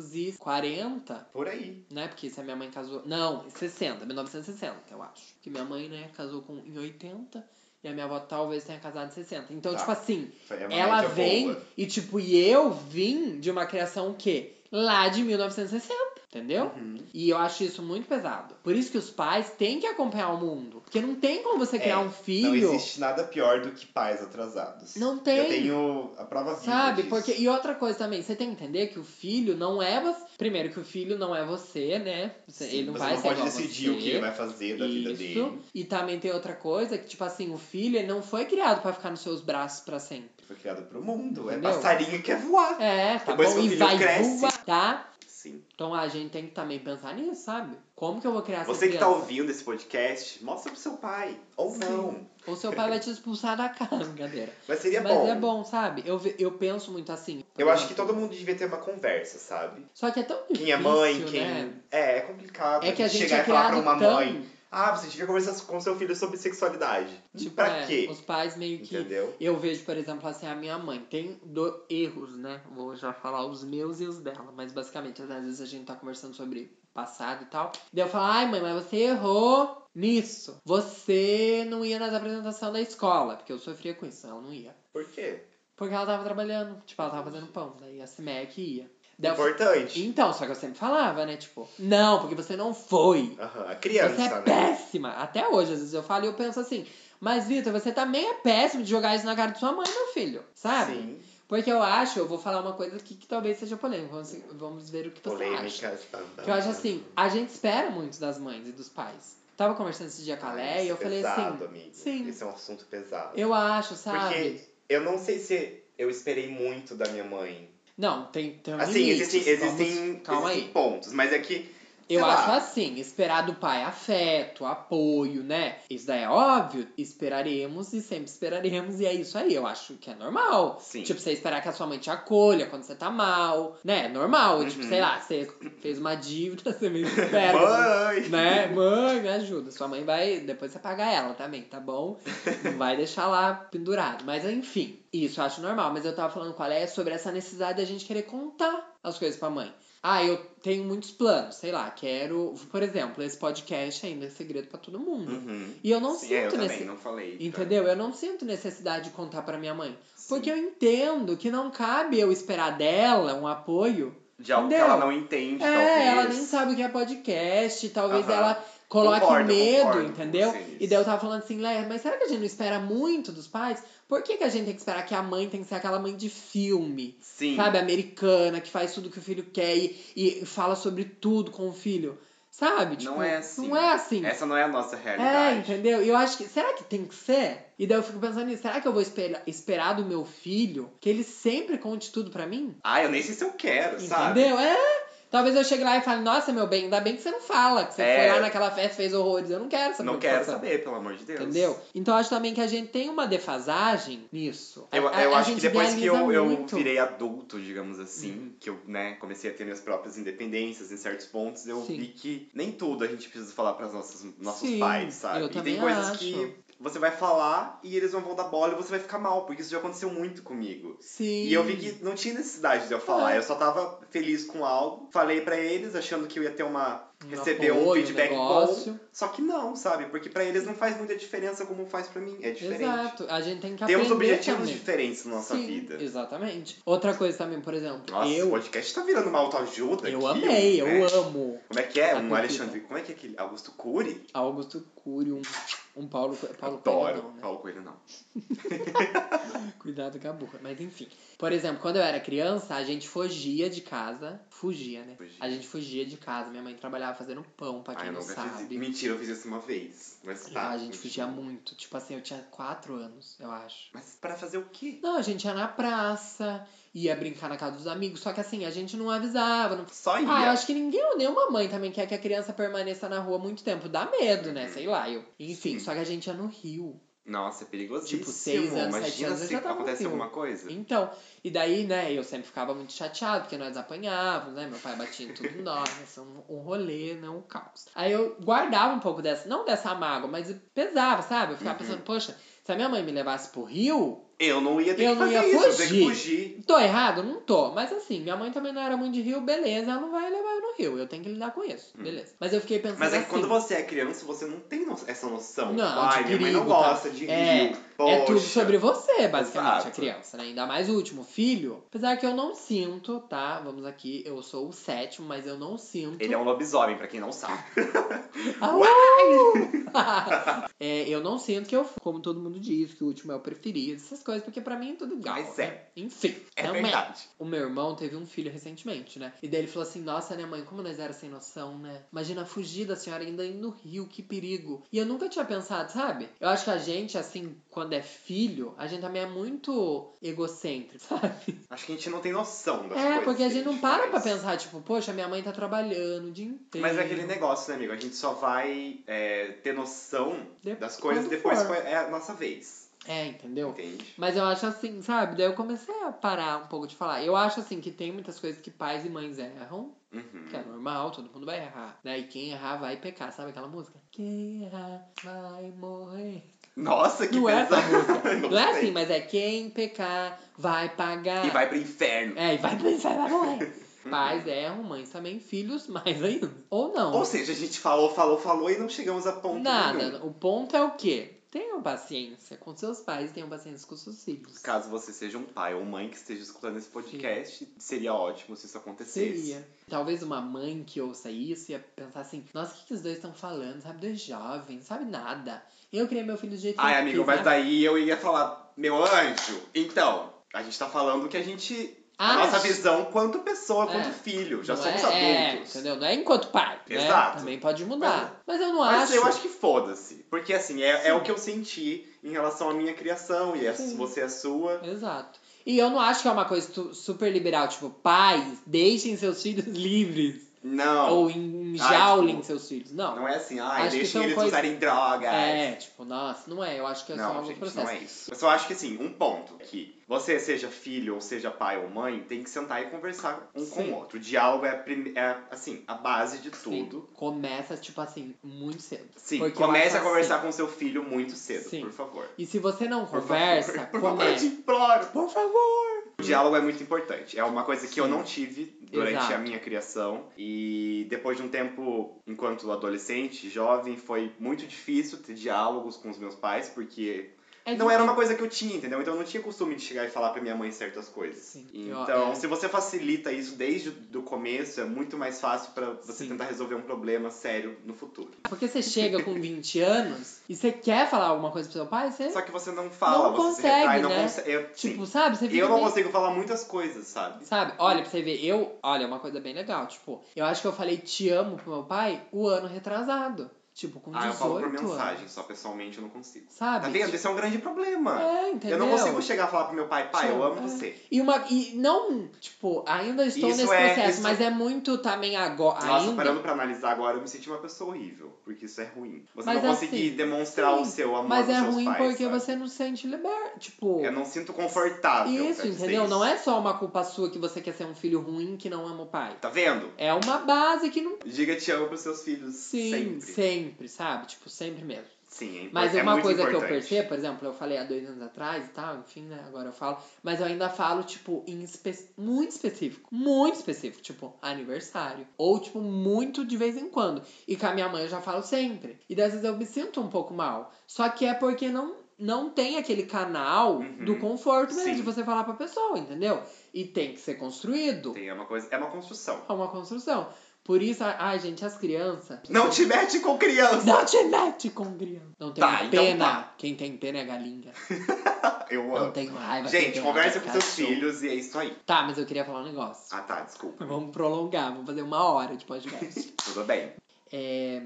Speaker 2: 1940,
Speaker 1: Por aí.
Speaker 2: né? Porque se a minha mãe casou... Não, 60, 1960, eu acho. Porque minha mãe, né, casou com, em 80... E a minha avó talvez tenha casado em 60. Então,
Speaker 1: Tá.
Speaker 2: tipo assim,
Speaker 1: Foi uma
Speaker 2: ela
Speaker 1: média
Speaker 2: vem
Speaker 1: é boa.
Speaker 2: e, tipo, e eu vim de uma criação o quê? Lá de 1960, entendeu?
Speaker 1: Uhum.
Speaker 2: E eu acho isso muito pesado. Por isso que os pais têm que acompanhar o mundo. Porque não tem como você criar
Speaker 1: É,
Speaker 2: um
Speaker 1: Não
Speaker 2: filho.
Speaker 1: existe nada pior do que pais atrasados.
Speaker 2: Não tem.
Speaker 1: Eu tenho a prova viva
Speaker 2: Sabe?
Speaker 1: disso.
Speaker 2: Porque. E outra coisa também, você tem que entender que o filho não é você. Primeiro que o filho não é você, né? Você-
Speaker 1: Sim,
Speaker 2: ele não
Speaker 1: você
Speaker 2: vai
Speaker 1: não
Speaker 2: ser
Speaker 1: pode
Speaker 2: igual a
Speaker 1: decidir
Speaker 2: você.
Speaker 1: o que ele vai fazer da vida
Speaker 2: Isso.
Speaker 1: dele.
Speaker 2: E também tem outra coisa que, tipo assim, o filho ele não foi criado pra ficar nos seus braços pra sempre.
Speaker 1: Foi criado pro mundo. É
Speaker 2: Entendeu?
Speaker 1: passarinho que quer voar.
Speaker 2: É, tá
Speaker 1: Depois
Speaker 2: bom?
Speaker 1: que o
Speaker 2: E
Speaker 1: filho
Speaker 2: vai
Speaker 1: cresce.
Speaker 2: voar, tá?
Speaker 1: Sim.
Speaker 2: Então a gente tem que também pensar nisso, sabe? Como que eu vou criar essa
Speaker 1: Você que tá
Speaker 2: criança?
Speaker 1: ouvindo esse podcast, mostra pro seu pai. Ou
Speaker 2: Sim.
Speaker 1: não.
Speaker 2: Ou seu pai vai te expulsar da casa, brincadeira.
Speaker 1: Mas seria
Speaker 2: Mas
Speaker 1: bom.
Speaker 2: é bom, sabe? Eu, ve- eu penso muito assim. por
Speaker 1: Eu acho que
Speaker 2: exemplo.
Speaker 1: todo mundo devia ter uma conversa, sabe?
Speaker 2: Só que é tão difícil,
Speaker 1: Quem é mãe,
Speaker 2: né?
Speaker 1: quem. É, é complicado.
Speaker 2: É que a gente
Speaker 1: chegar
Speaker 2: é
Speaker 1: e falar pra
Speaker 2: criado
Speaker 1: uma
Speaker 2: tão-
Speaker 1: mãe. Ah, você devia conversar com seu filho sobre sexualidade.
Speaker 2: Tipo,
Speaker 1: pra
Speaker 2: é,
Speaker 1: quê?
Speaker 2: Os pais meio que...
Speaker 1: Entendeu?
Speaker 2: Eu vejo, por exemplo, assim, a minha mãe tem do... erros, né? Vou já falar os meus e os dela. Mas basicamente, às vezes a gente tá conversando sobre passado e tal. Daí eu falo, ai mãe, mas você errou nisso. Você não ia nas apresentações da escola. Porque eu sofria com isso, ela não ia.
Speaker 1: Por quê?
Speaker 2: Porque ela tava trabalhando, tipo, ela tava fazendo pão. Daí a CIMEC ia. Daí eu
Speaker 1: Importante.
Speaker 2: Então, só que eu sempre falava, né? Tipo, não, porque você não foi.
Speaker 1: Aham, a
Speaker 2: Você
Speaker 1: criança,
Speaker 2: é
Speaker 1: né?
Speaker 2: péssima. Até hoje, às vezes eu falo e eu penso assim. Mas, Vitor, você também é péssimo de jogar isso na cara de sua mãe, meu filho. Sabe? Tipo,
Speaker 1: Sim.
Speaker 2: Porque eu acho, eu vou falar uma coisa aqui que talvez seja polêmica. Vamos, vamos ver o que você acha.
Speaker 1: Polêmicas. tá, tá,
Speaker 2: Que eu acho
Speaker 1: tá.
Speaker 2: assim, a gente espera muito das mães e dos pais. Tava conversando esse dia com a
Speaker 1: Ah,
Speaker 2: Leia
Speaker 1: isso
Speaker 2: e eu
Speaker 1: é
Speaker 2: falei
Speaker 1: pesado,
Speaker 2: assim,
Speaker 1: amigo.
Speaker 2: sim.
Speaker 1: Esse é um assunto pesado.
Speaker 2: eu acho, sabe?
Speaker 1: Porque eu não sei se eu esperei muito da minha mãe.
Speaker 2: Não, tem, tem um
Speaker 1: Assim,
Speaker 2: limite.
Speaker 1: existem,
Speaker 2: Vamos-
Speaker 1: existem,
Speaker 2: Calma
Speaker 1: existem
Speaker 2: aí.
Speaker 1: pontos, mas é que
Speaker 2: Eu
Speaker 1: Sei lá.
Speaker 2: acho assim, esperar do pai afeto, apoio, né? Isso daí é óbvio, esperaremos e sempre esperaremos, e é isso aí, eu acho que é normal.
Speaker 1: Sim.
Speaker 2: Tipo, você esperar que a sua mãe te acolha quando você tá mal, né? É normal,
Speaker 1: Uhum.
Speaker 2: tipo, sei lá, você fez uma dívida, você meio espera.
Speaker 1: Mãe!
Speaker 2: Né? Mãe, me ajuda. Sua mãe vai. Depois você paga ela também, tá bom? Não vai deixar lá pendurado. Mas enfim, isso eu acho normal. Mas eu tava falando com a Leia sobre essa necessidade da gente querer contar as coisas pra mãe. Ah, eu tenho muitos planos, sei lá, quero. Por exemplo, esse podcast ainda é segredo pra todo mundo.
Speaker 1: Uhum.
Speaker 2: E eu não
Speaker 1: Sim, é, eu
Speaker 2: sinto
Speaker 1: também
Speaker 2: nesse.
Speaker 1: não falei.
Speaker 2: Entendeu? Eu não sinto necessidade de contar pra minha mãe.
Speaker 1: Sim.
Speaker 2: Porque eu entendo que não cabe eu esperar dela um apoio
Speaker 1: De algo que
Speaker 2: Entendeu?
Speaker 1: ela não entende,
Speaker 2: é,
Speaker 1: talvez.
Speaker 2: ela nem sabe o que é podcast, talvez
Speaker 1: Aham.
Speaker 2: ela coloque
Speaker 1: Concordo,
Speaker 2: medo,
Speaker 1: concordo com
Speaker 2: entendeu?
Speaker 1: você
Speaker 2: E
Speaker 1: nisso.
Speaker 2: daí eu tava falando assim, Léa, mas será que a gente não espera muito dos pais? Por que, que a gente tem que esperar que a mãe tem que ser aquela mãe de filme?
Speaker 1: Sim.
Speaker 2: Sabe, americana, que faz tudo que o filho quer e, e fala sobre tudo com o filho. Sabe? Tipo,
Speaker 1: Não é assim.
Speaker 2: Não é assim.
Speaker 1: Essa não é a nossa
Speaker 2: É,
Speaker 1: realidade.
Speaker 2: entendeu? E eu acho que. Será que tem que ser? E daí eu fico pensando nisso. Será que eu vou esperar, esperar do meu filho que ele sempre conte tudo pra mim?
Speaker 1: Ah, eu nem sei se eu quero, sabe?
Speaker 2: Entendeu? É. Talvez eu chegue lá e fale, nossa, meu bem, ainda bem que você não fala, que você
Speaker 1: É.
Speaker 2: foi lá naquela festa e fez horrores. Eu não quero saber.
Speaker 1: Não quero saber, pelo amor de Deus.
Speaker 2: tá Entendeu? Então eu acho também que a gente tem uma defasagem nisso.
Speaker 1: Eu,
Speaker 2: A- a-
Speaker 1: eu
Speaker 2: a
Speaker 1: acho que
Speaker 2: gente
Speaker 1: depois que eu,
Speaker 2: idealiza
Speaker 1: eu
Speaker 2: muito. Uhum.
Speaker 1: virei adulto, digamos assim, que eu né, comecei a ter minhas próprias independências em certos pontos, eu
Speaker 2: Sim.
Speaker 1: vi que nem tudo a gente precisa falar para nossos, nossos
Speaker 2: Sim,
Speaker 1: pais, sabe?
Speaker 2: eu
Speaker 1: e
Speaker 2: também
Speaker 1: tem coisas
Speaker 2: acho.
Speaker 1: que você vai falar e eles não vão dar bola e você vai ficar mal, porque isso já aconteceu muito comigo.
Speaker 2: Sim.
Speaker 1: E eu vi que não tinha necessidade de eu falar,
Speaker 2: É.
Speaker 1: eu só tava feliz com algo, falei para eles achando que eu ia ter uma
Speaker 2: Um
Speaker 1: receber um
Speaker 2: apoio,
Speaker 1: feedback
Speaker 2: negócio.
Speaker 1: bom, só que não, sabe? Porque para eles não faz muita diferença como faz para mim, é diferente.
Speaker 2: Exato. A gente tem que
Speaker 1: Temos
Speaker 2: aprender
Speaker 1: objetivos
Speaker 2: também.
Speaker 1: diferentes na nossa
Speaker 2: Sim,
Speaker 1: vida.
Speaker 2: Exatamente. Outra coisa também, por exemplo,
Speaker 1: Nossa, esse
Speaker 2: eu,
Speaker 1: podcast tá virando uma autoajuda
Speaker 2: eu
Speaker 1: aqui,
Speaker 2: amei,
Speaker 1: né?
Speaker 2: eu amo.
Speaker 1: Como é que é? Um
Speaker 2: Tá curtindo.
Speaker 1: Alexandre... Como é que é aquele? Augusto Cury?
Speaker 2: Augusto Curio, um, um Paulo, Paulo Coelho
Speaker 1: Adoro.
Speaker 2: não, né?
Speaker 1: Paulo Coelho não.
Speaker 2: Cuidado com a burra, mas enfim. Por exemplo, quando eu era criança, a gente fugia de casa. Fugia, né?
Speaker 1: Fugia.
Speaker 2: A gente fugia de casa. Minha mãe trabalhava fazendo pão, pra quem
Speaker 1: Ai, eu
Speaker 2: não
Speaker 1: nunca fiz isso.
Speaker 2: sabe. Ah,
Speaker 1: Mentira, eu fiz isso uma vez. Mas tá.
Speaker 2: a gente fugia
Speaker 1: continua.
Speaker 2: muito. Tipo assim, eu tinha quatro anos, eu acho.
Speaker 1: Mas pra fazer o quê?
Speaker 2: Não, a gente ia na praça, ia brincar na casa dos amigos. Só que assim, a gente não avisava. Não...
Speaker 1: Só ia.
Speaker 2: Ah, eu acho que ninguém, nenhuma mãe também quer que a criança permaneça na rua muito tempo. Dá medo, né?
Speaker 1: Uhum.
Speaker 2: Sei lá, eu. Enfim,
Speaker 1: Sim.
Speaker 2: só que a gente ia no rio.
Speaker 1: Nossa, é perigosíssimo.
Speaker 2: Tipo, seis anos,
Speaker 1: Imagina
Speaker 2: sete anos, eu
Speaker 1: se
Speaker 2: já tava no
Speaker 1: acontece
Speaker 2: filme.
Speaker 1: alguma coisa.
Speaker 2: Então, e daí, né, eu sempre ficava muito chateado, porque nós apanhávamos, né? Meu pai batia em tudo em nós, né, isso é um, um rolê, né? Um caos. Aí eu guardava um pouco dessa, não dessa mágoa, mas pesava, sabe? Eu ficava
Speaker 1: Uhum.
Speaker 2: pensando, poxa, se a minha mãe me levasse pro Rio,
Speaker 1: Eu não ia ter que
Speaker 2: Eu
Speaker 1: fazer
Speaker 2: não ia
Speaker 1: isso. Eu ia ter que
Speaker 2: fugir.
Speaker 1: fugir.
Speaker 2: tô errado? Não tô. Mas assim, minha mãe também não era muito de Rio, beleza, ela não vai levar eu no Rio, eu tenho que lidar com isso,
Speaker 1: Hum.
Speaker 2: beleza. Mas eu fiquei pensando
Speaker 1: Mas é que
Speaker 2: assim,
Speaker 1: quando você é criança, você não tem no- essa noção.
Speaker 2: Não,
Speaker 1: Tipo, Ai,
Speaker 2: de
Speaker 1: minha mãe não
Speaker 2: perigo, tá?
Speaker 1: gosta de
Speaker 2: É,
Speaker 1: rio.
Speaker 2: É tudo
Speaker 1: Poxa.
Speaker 2: sobre você, basicamente, a
Speaker 1: Exato.
Speaker 2: criança, né? Ainda mais o último filho. Apesar que eu não sinto, tá? Vamos aqui, eu sou o sétimo, mas eu não sinto.
Speaker 1: Ele é um lobisomem, pra quem não sabe.
Speaker 2: Au! É, eu não sinto que eu, como todo mundo diz, que o último é o preferido, essas coisas, porque pra mim é tudo igual.
Speaker 1: Mas
Speaker 2: né?
Speaker 1: é.
Speaker 2: Enfim,
Speaker 1: É
Speaker 2: não
Speaker 1: verdade.
Speaker 2: O meu irmão teve um filho recentemente, né? E daí ele falou assim: Nossa, né, mãe, como nós era sem noção, né? Imagina fugir da senhora ainda indo no rio, que perigo. E eu nunca tinha pensado, sabe? Eu acho que a gente, assim, quando é filho, a gente também é muito egocêntrico, sabe?
Speaker 1: Acho que a gente não tem noção das coisas.
Speaker 2: É, porque
Speaker 1: que
Speaker 2: a gente não para
Speaker 1: faz.
Speaker 2: pra pensar, tipo, poxa, minha mãe tá trabalhando o dia inteiro.
Speaker 1: Mas é aquele negócio, né, amigo? A gente só vai é, ter noção
Speaker 2: De-
Speaker 1: das coisas
Speaker 2: quando
Speaker 1: depois
Speaker 2: for.
Speaker 1: que é a nossa vez.
Speaker 2: É, entendeu?
Speaker 1: Entende?
Speaker 2: Mas eu acho assim, sabe? Daí eu comecei a parar um pouco de falar. Eu acho assim que tem muitas coisas que pais e mães erram,
Speaker 1: Uhum.
Speaker 2: que é normal, todo mundo vai errar. Né? E quem errar vai pecar, sabe aquela música? Quem errar vai morrer.
Speaker 1: Nossa, que
Speaker 2: Não é essa
Speaker 1: pesado.
Speaker 2: música.
Speaker 1: Não
Speaker 2: Não é
Speaker 1: sei.
Speaker 2: assim, mas é quem pecar vai pagar.
Speaker 1: E vai pro inferno.
Speaker 2: É, e vai pensar, vai morrer. Pais erram, mães também, filhos mais ainda. Ou não.
Speaker 1: Ou seja, a gente falou, falou, falou e não chegamos a ponto nenhum.
Speaker 2: Nada. O ponto é o quê? Tenham paciência com seus pais, tenham paciência com seus filhos.
Speaker 1: Caso você seja um pai ou mãe que esteja escutando esse podcast, seria ótimo se isso acontecesse.
Speaker 2: Seria. Talvez uma mãe que ouça isso ia pensar assim: nossa, o que, que os dois estão falando? Sabe, dois jovens, sabe nada. Eu criei meu filho do jeito que
Speaker 1: Ai,
Speaker 2: eu
Speaker 1: amigo,
Speaker 2: quis,
Speaker 1: mas
Speaker 2: sabe?
Speaker 1: daí eu ia falar, meu anjo, então, a gente tá falando que a gente. A
Speaker 2: Ah,
Speaker 1: nossa visão quanto pessoa,
Speaker 2: É.
Speaker 1: quanto filho. Já
Speaker 2: não
Speaker 1: somos
Speaker 2: é,
Speaker 1: adultos.
Speaker 2: É, entendeu? Não é enquanto pai. né?
Speaker 1: Exato.
Speaker 2: Também pode mudar. Mas, eu não
Speaker 1: Mas
Speaker 2: acho.
Speaker 1: eu acho que foda-se. Porque assim, é, é
Speaker 2: Sim.
Speaker 1: o que eu senti em relação à minha criação. E a-
Speaker 2: Sim.
Speaker 1: você é a sua.
Speaker 2: Exato. E eu não acho que é uma coisa tu- super liberal, tipo, pais, deixem seus filhos livres.
Speaker 1: Não.
Speaker 2: Ou enjaulem
Speaker 1: tipo,
Speaker 2: seus filhos. Não.
Speaker 1: Não é assim, ai,
Speaker 2: Acho que
Speaker 1: deixem
Speaker 2: são
Speaker 1: eles
Speaker 2: coisas-
Speaker 1: usarem drogas.
Speaker 2: é, tipo, nossa, não é. Eu acho que é só
Speaker 1: Não,
Speaker 2: alguns
Speaker 1: gente,
Speaker 2: processos.
Speaker 1: não é isso. Eu só acho que, assim, um ponto que você, seja filho ou seja pai ou mãe, tem que sentar e conversar um com
Speaker 2: Sim.
Speaker 1: o outro. O diálogo é, a prime- é, assim, a base de tudo.
Speaker 2: Sim, Começa, tipo assim, muito cedo.
Speaker 1: Sim,
Speaker 2: Porque eu
Speaker 1: comece
Speaker 2: acho
Speaker 1: a conversar
Speaker 2: assim.
Speaker 1: com seu filho muito cedo,
Speaker 2: Sim. é?
Speaker 1: por favor.
Speaker 2: E se você não
Speaker 1: Por favor,
Speaker 2: conversa,
Speaker 1: Por favor, eu te
Speaker 2: começa.
Speaker 1: imploro.
Speaker 2: Por favor!
Speaker 1: O diálogo é muito importante. É uma coisa que eu
Speaker 2: Sim.
Speaker 1: não tive durante
Speaker 2: Exato.
Speaker 1: a minha criação. E depois de um tempo, enquanto adolescente, jovem, foi muito difícil ter diálogos com os meus pais, porque
Speaker 2: É
Speaker 1: não era uma coisa que eu tinha, entendeu? Então eu não tinha costume de chegar e falar pra minha mãe certas coisas.
Speaker 2: Sim. Eu-
Speaker 1: Então,
Speaker 2: é.
Speaker 1: se você facilita isso desde o começo, é muito mais fácil pra você
Speaker 2: Sim.
Speaker 1: tentar resolver um problema sério no futuro.
Speaker 2: Porque você chega com 20 anos e você quer falar alguma coisa pro seu pai, você,
Speaker 1: Só que você não fala,
Speaker 2: É. Não
Speaker 1: você
Speaker 2: consegue,
Speaker 1: se retrai,
Speaker 2: né?
Speaker 1: não consegue. Eu, sim.
Speaker 2: tipo, sabe? Você fica
Speaker 1: eu não
Speaker 2: meio-
Speaker 1: consigo falar muitas coisas, sabe?
Speaker 2: Sabe? Olha, pra você ver, eu. Olha, é uma coisa bem legal. Tipo, eu acho que eu falei te amo pro meu pai o ano retrasado. Tipo, com 18
Speaker 1: Ah, eu falo por
Speaker 2: anos.
Speaker 1: mensagem, só pessoalmente eu não consigo.
Speaker 2: Sabe?
Speaker 1: Tá vendo?
Speaker 2: Tipo,
Speaker 1: Esse é um grande problema.
Speaker 2: É,
Speaker 1: eu
Speaker 2: entendeu?
Speaker 1: não consigo chegar e falar pro meu pai, pai, eu
Speaker 2: Tipo,
Speaker 1: amo
Speaker 2: é.
Speaker 1: você.
Speaker 2: E, uma, e não, tipo, ainda estou
Speaker 1: Isso
Speaker 2: nesse
Speaker 1: é-
Speaker 2: processo,
Speaker 1: isso-
Speaker 2: mas é muito também agora.
Speaker 1: Nossa,
Speaker 2: ainda.
Speaker 1: parando pra analisar agora, eu me senti uma pessoa horrível, porque isso é ruim. Você
Speaker 2: Mas
Speaker 1: não conseguir
Speaker 2: assim,
Speaker 1: demonstrar o
Speaker 2: sim,
Speaker 1: seu amor
Speaker 2: Mas
Speaker 1: pros
Speaker 2: é
Speaker 1: seus
Speaker 2: ruim
Speaker 1: pais,
Speaker 2: porque
Speaker 1: sabe?
Speaker 2: você não se sente liberto. Tipo.
Speaker 1: Eu não sinto confortável. pra
Speaker 2: isso,
Speaker 1: Então, dizer
Speaker 2: entendeu? Não
Speaker 1: isso.
Speaker 2: é só uma culpa sua que você quer ser um filho ruim que não ama o pai.
Speaker 1: Tá vendo?
Speaker 2: É uma base que não.
Speaker 1: Diga te amo pros seus filhos
Speaker 2: Sim,
Speaker 1: sempre.
Speaker 2: sempre, sabe? Tipo, sempre mesmo.
Speaker 1: Sim, é impor-
Speaker 2: Mas
Speaker 1: é
Speaker 2: uma
Speaker 1: muito
Speaker 2: coisa que eu
Speaker 1: importante.
Speaker 2: percebo, por exemplo, eu falei há dois anos atrás e tal, enfim, né? Agora eu falo. Mas eu ainda falo, tipo, em espe- muito específico. Muito específico. Tipo, aniversário. Ou, tipo, muito de vez em quando. E com a minha mãe eu já falo sempre. E das vezes eu me sinto um pouco mal. Só que é porque não, não tem aquele canal
Speaker 1: Uhum.
Speaker 2: do conforto mesmo,
Speaker 1: Sim.
Speaker 2: de você falar pra pessoa, entendeu? E tem que ser construído.
Speaker 1: Tem, é uma coisa, é uma construção.
Speaker 2: É uma construção. Por isso, a- ai, gente, as crianças.
Speaker 1: Não te mete com criança!
Speaker 2: Não te mete é com criança. Não tem
Speaker 1: Tá, então
Speaker 2: pena.
Speaker 1: tá.
Speaker 2: Quem tem pena é galinha.
Speaker 1: Eu
Speaker 2: Não
Speaker 1: amo.
Speaker 2: tenho raiva. quem
Speaker 1: Gente,
Speaker 2: tem
Speaker 1: conversa
Speaker 2: raiva é
Speaker 1: com seus
Speaker 2: cachorro.
Speaker 1: filhos e é isso aí.
Speaker 2: Tá, mas eu queria falar um negócio.
Speaker 1: Ah tá, desculpa.
Speaker 2: Vamos prolongar, vamos fazer uma hora de podcast.
Speaker 1: Tudo bem.
Speaker 2: é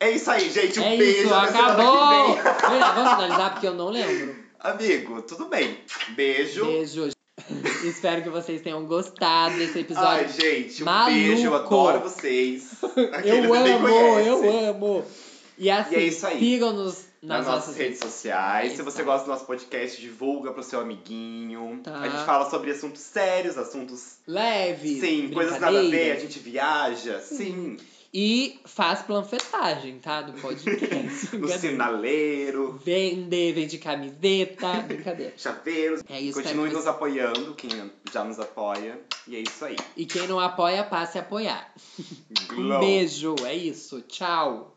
Speaker 1: É isso aí, gente. Um
Speaker 2: é
Speaker 1: beijo.
Speaker 2: isso,
Speaker 1: até semana que
Speaker 2: acabou!
Speaker 1: vem.
Speaker 2: Verdade, vamos finalizar porque eu não lembro.
Speaker 1: Amigo, tudo bem. Beijo.
Speaker 2: Beijo. Espero que vocês tenham gostado desse
Speaker 1: Ai,
Speaker 2: episódio.
Speaker 1: gente, um
Speaker 2: Maluco.
Speaker 1: beijo. Eu adoro vocês. Aqueles
Speaker 2: eu
Speaker 1: que nem
Speaker 2: amo,
Speaker 1: conhecem.
Speaker 2: eu amo. E assim,
Speaker 1: E é isso aí.
Speaker 2: sigam-nos
Speaker 1: Nas
Speaker 2: nas
Speaker 1: nossas redes sociais. Se
Speaker 2: Exato.
Speaker 1: você gosta do nosso podcast, divulga pro seu amiguinho.
Speaker 2: Tá.
Speaker 1: A gente fala sobre assuntos sérios, assuntos.
Speaker 2: Leves.
Speaker 1: Sim, coisas nada a ver. A
Speaker 2: brincadeiras. Hum,
Speaker 1: gente viaja. Sim,
Speaker 2: E faz planfetagem, tá? Do podcast.
Speaker 1: no sinaleiro,
Speaker 2: Vende, vende camiseta. Brincadeira.
Speaker 1: chaveiros.
Speaker 2: É isso,
Speaker 1: Continue
Speaker 2: espero que
Speaker 1: nos apoiando, quem já nos apoia. E é isso aí.
Speaker 2: E quem não apoia, passe a apoiar. Um
Speaker 1: Glow.
Speaker 2: beijo, é isso. Tchau.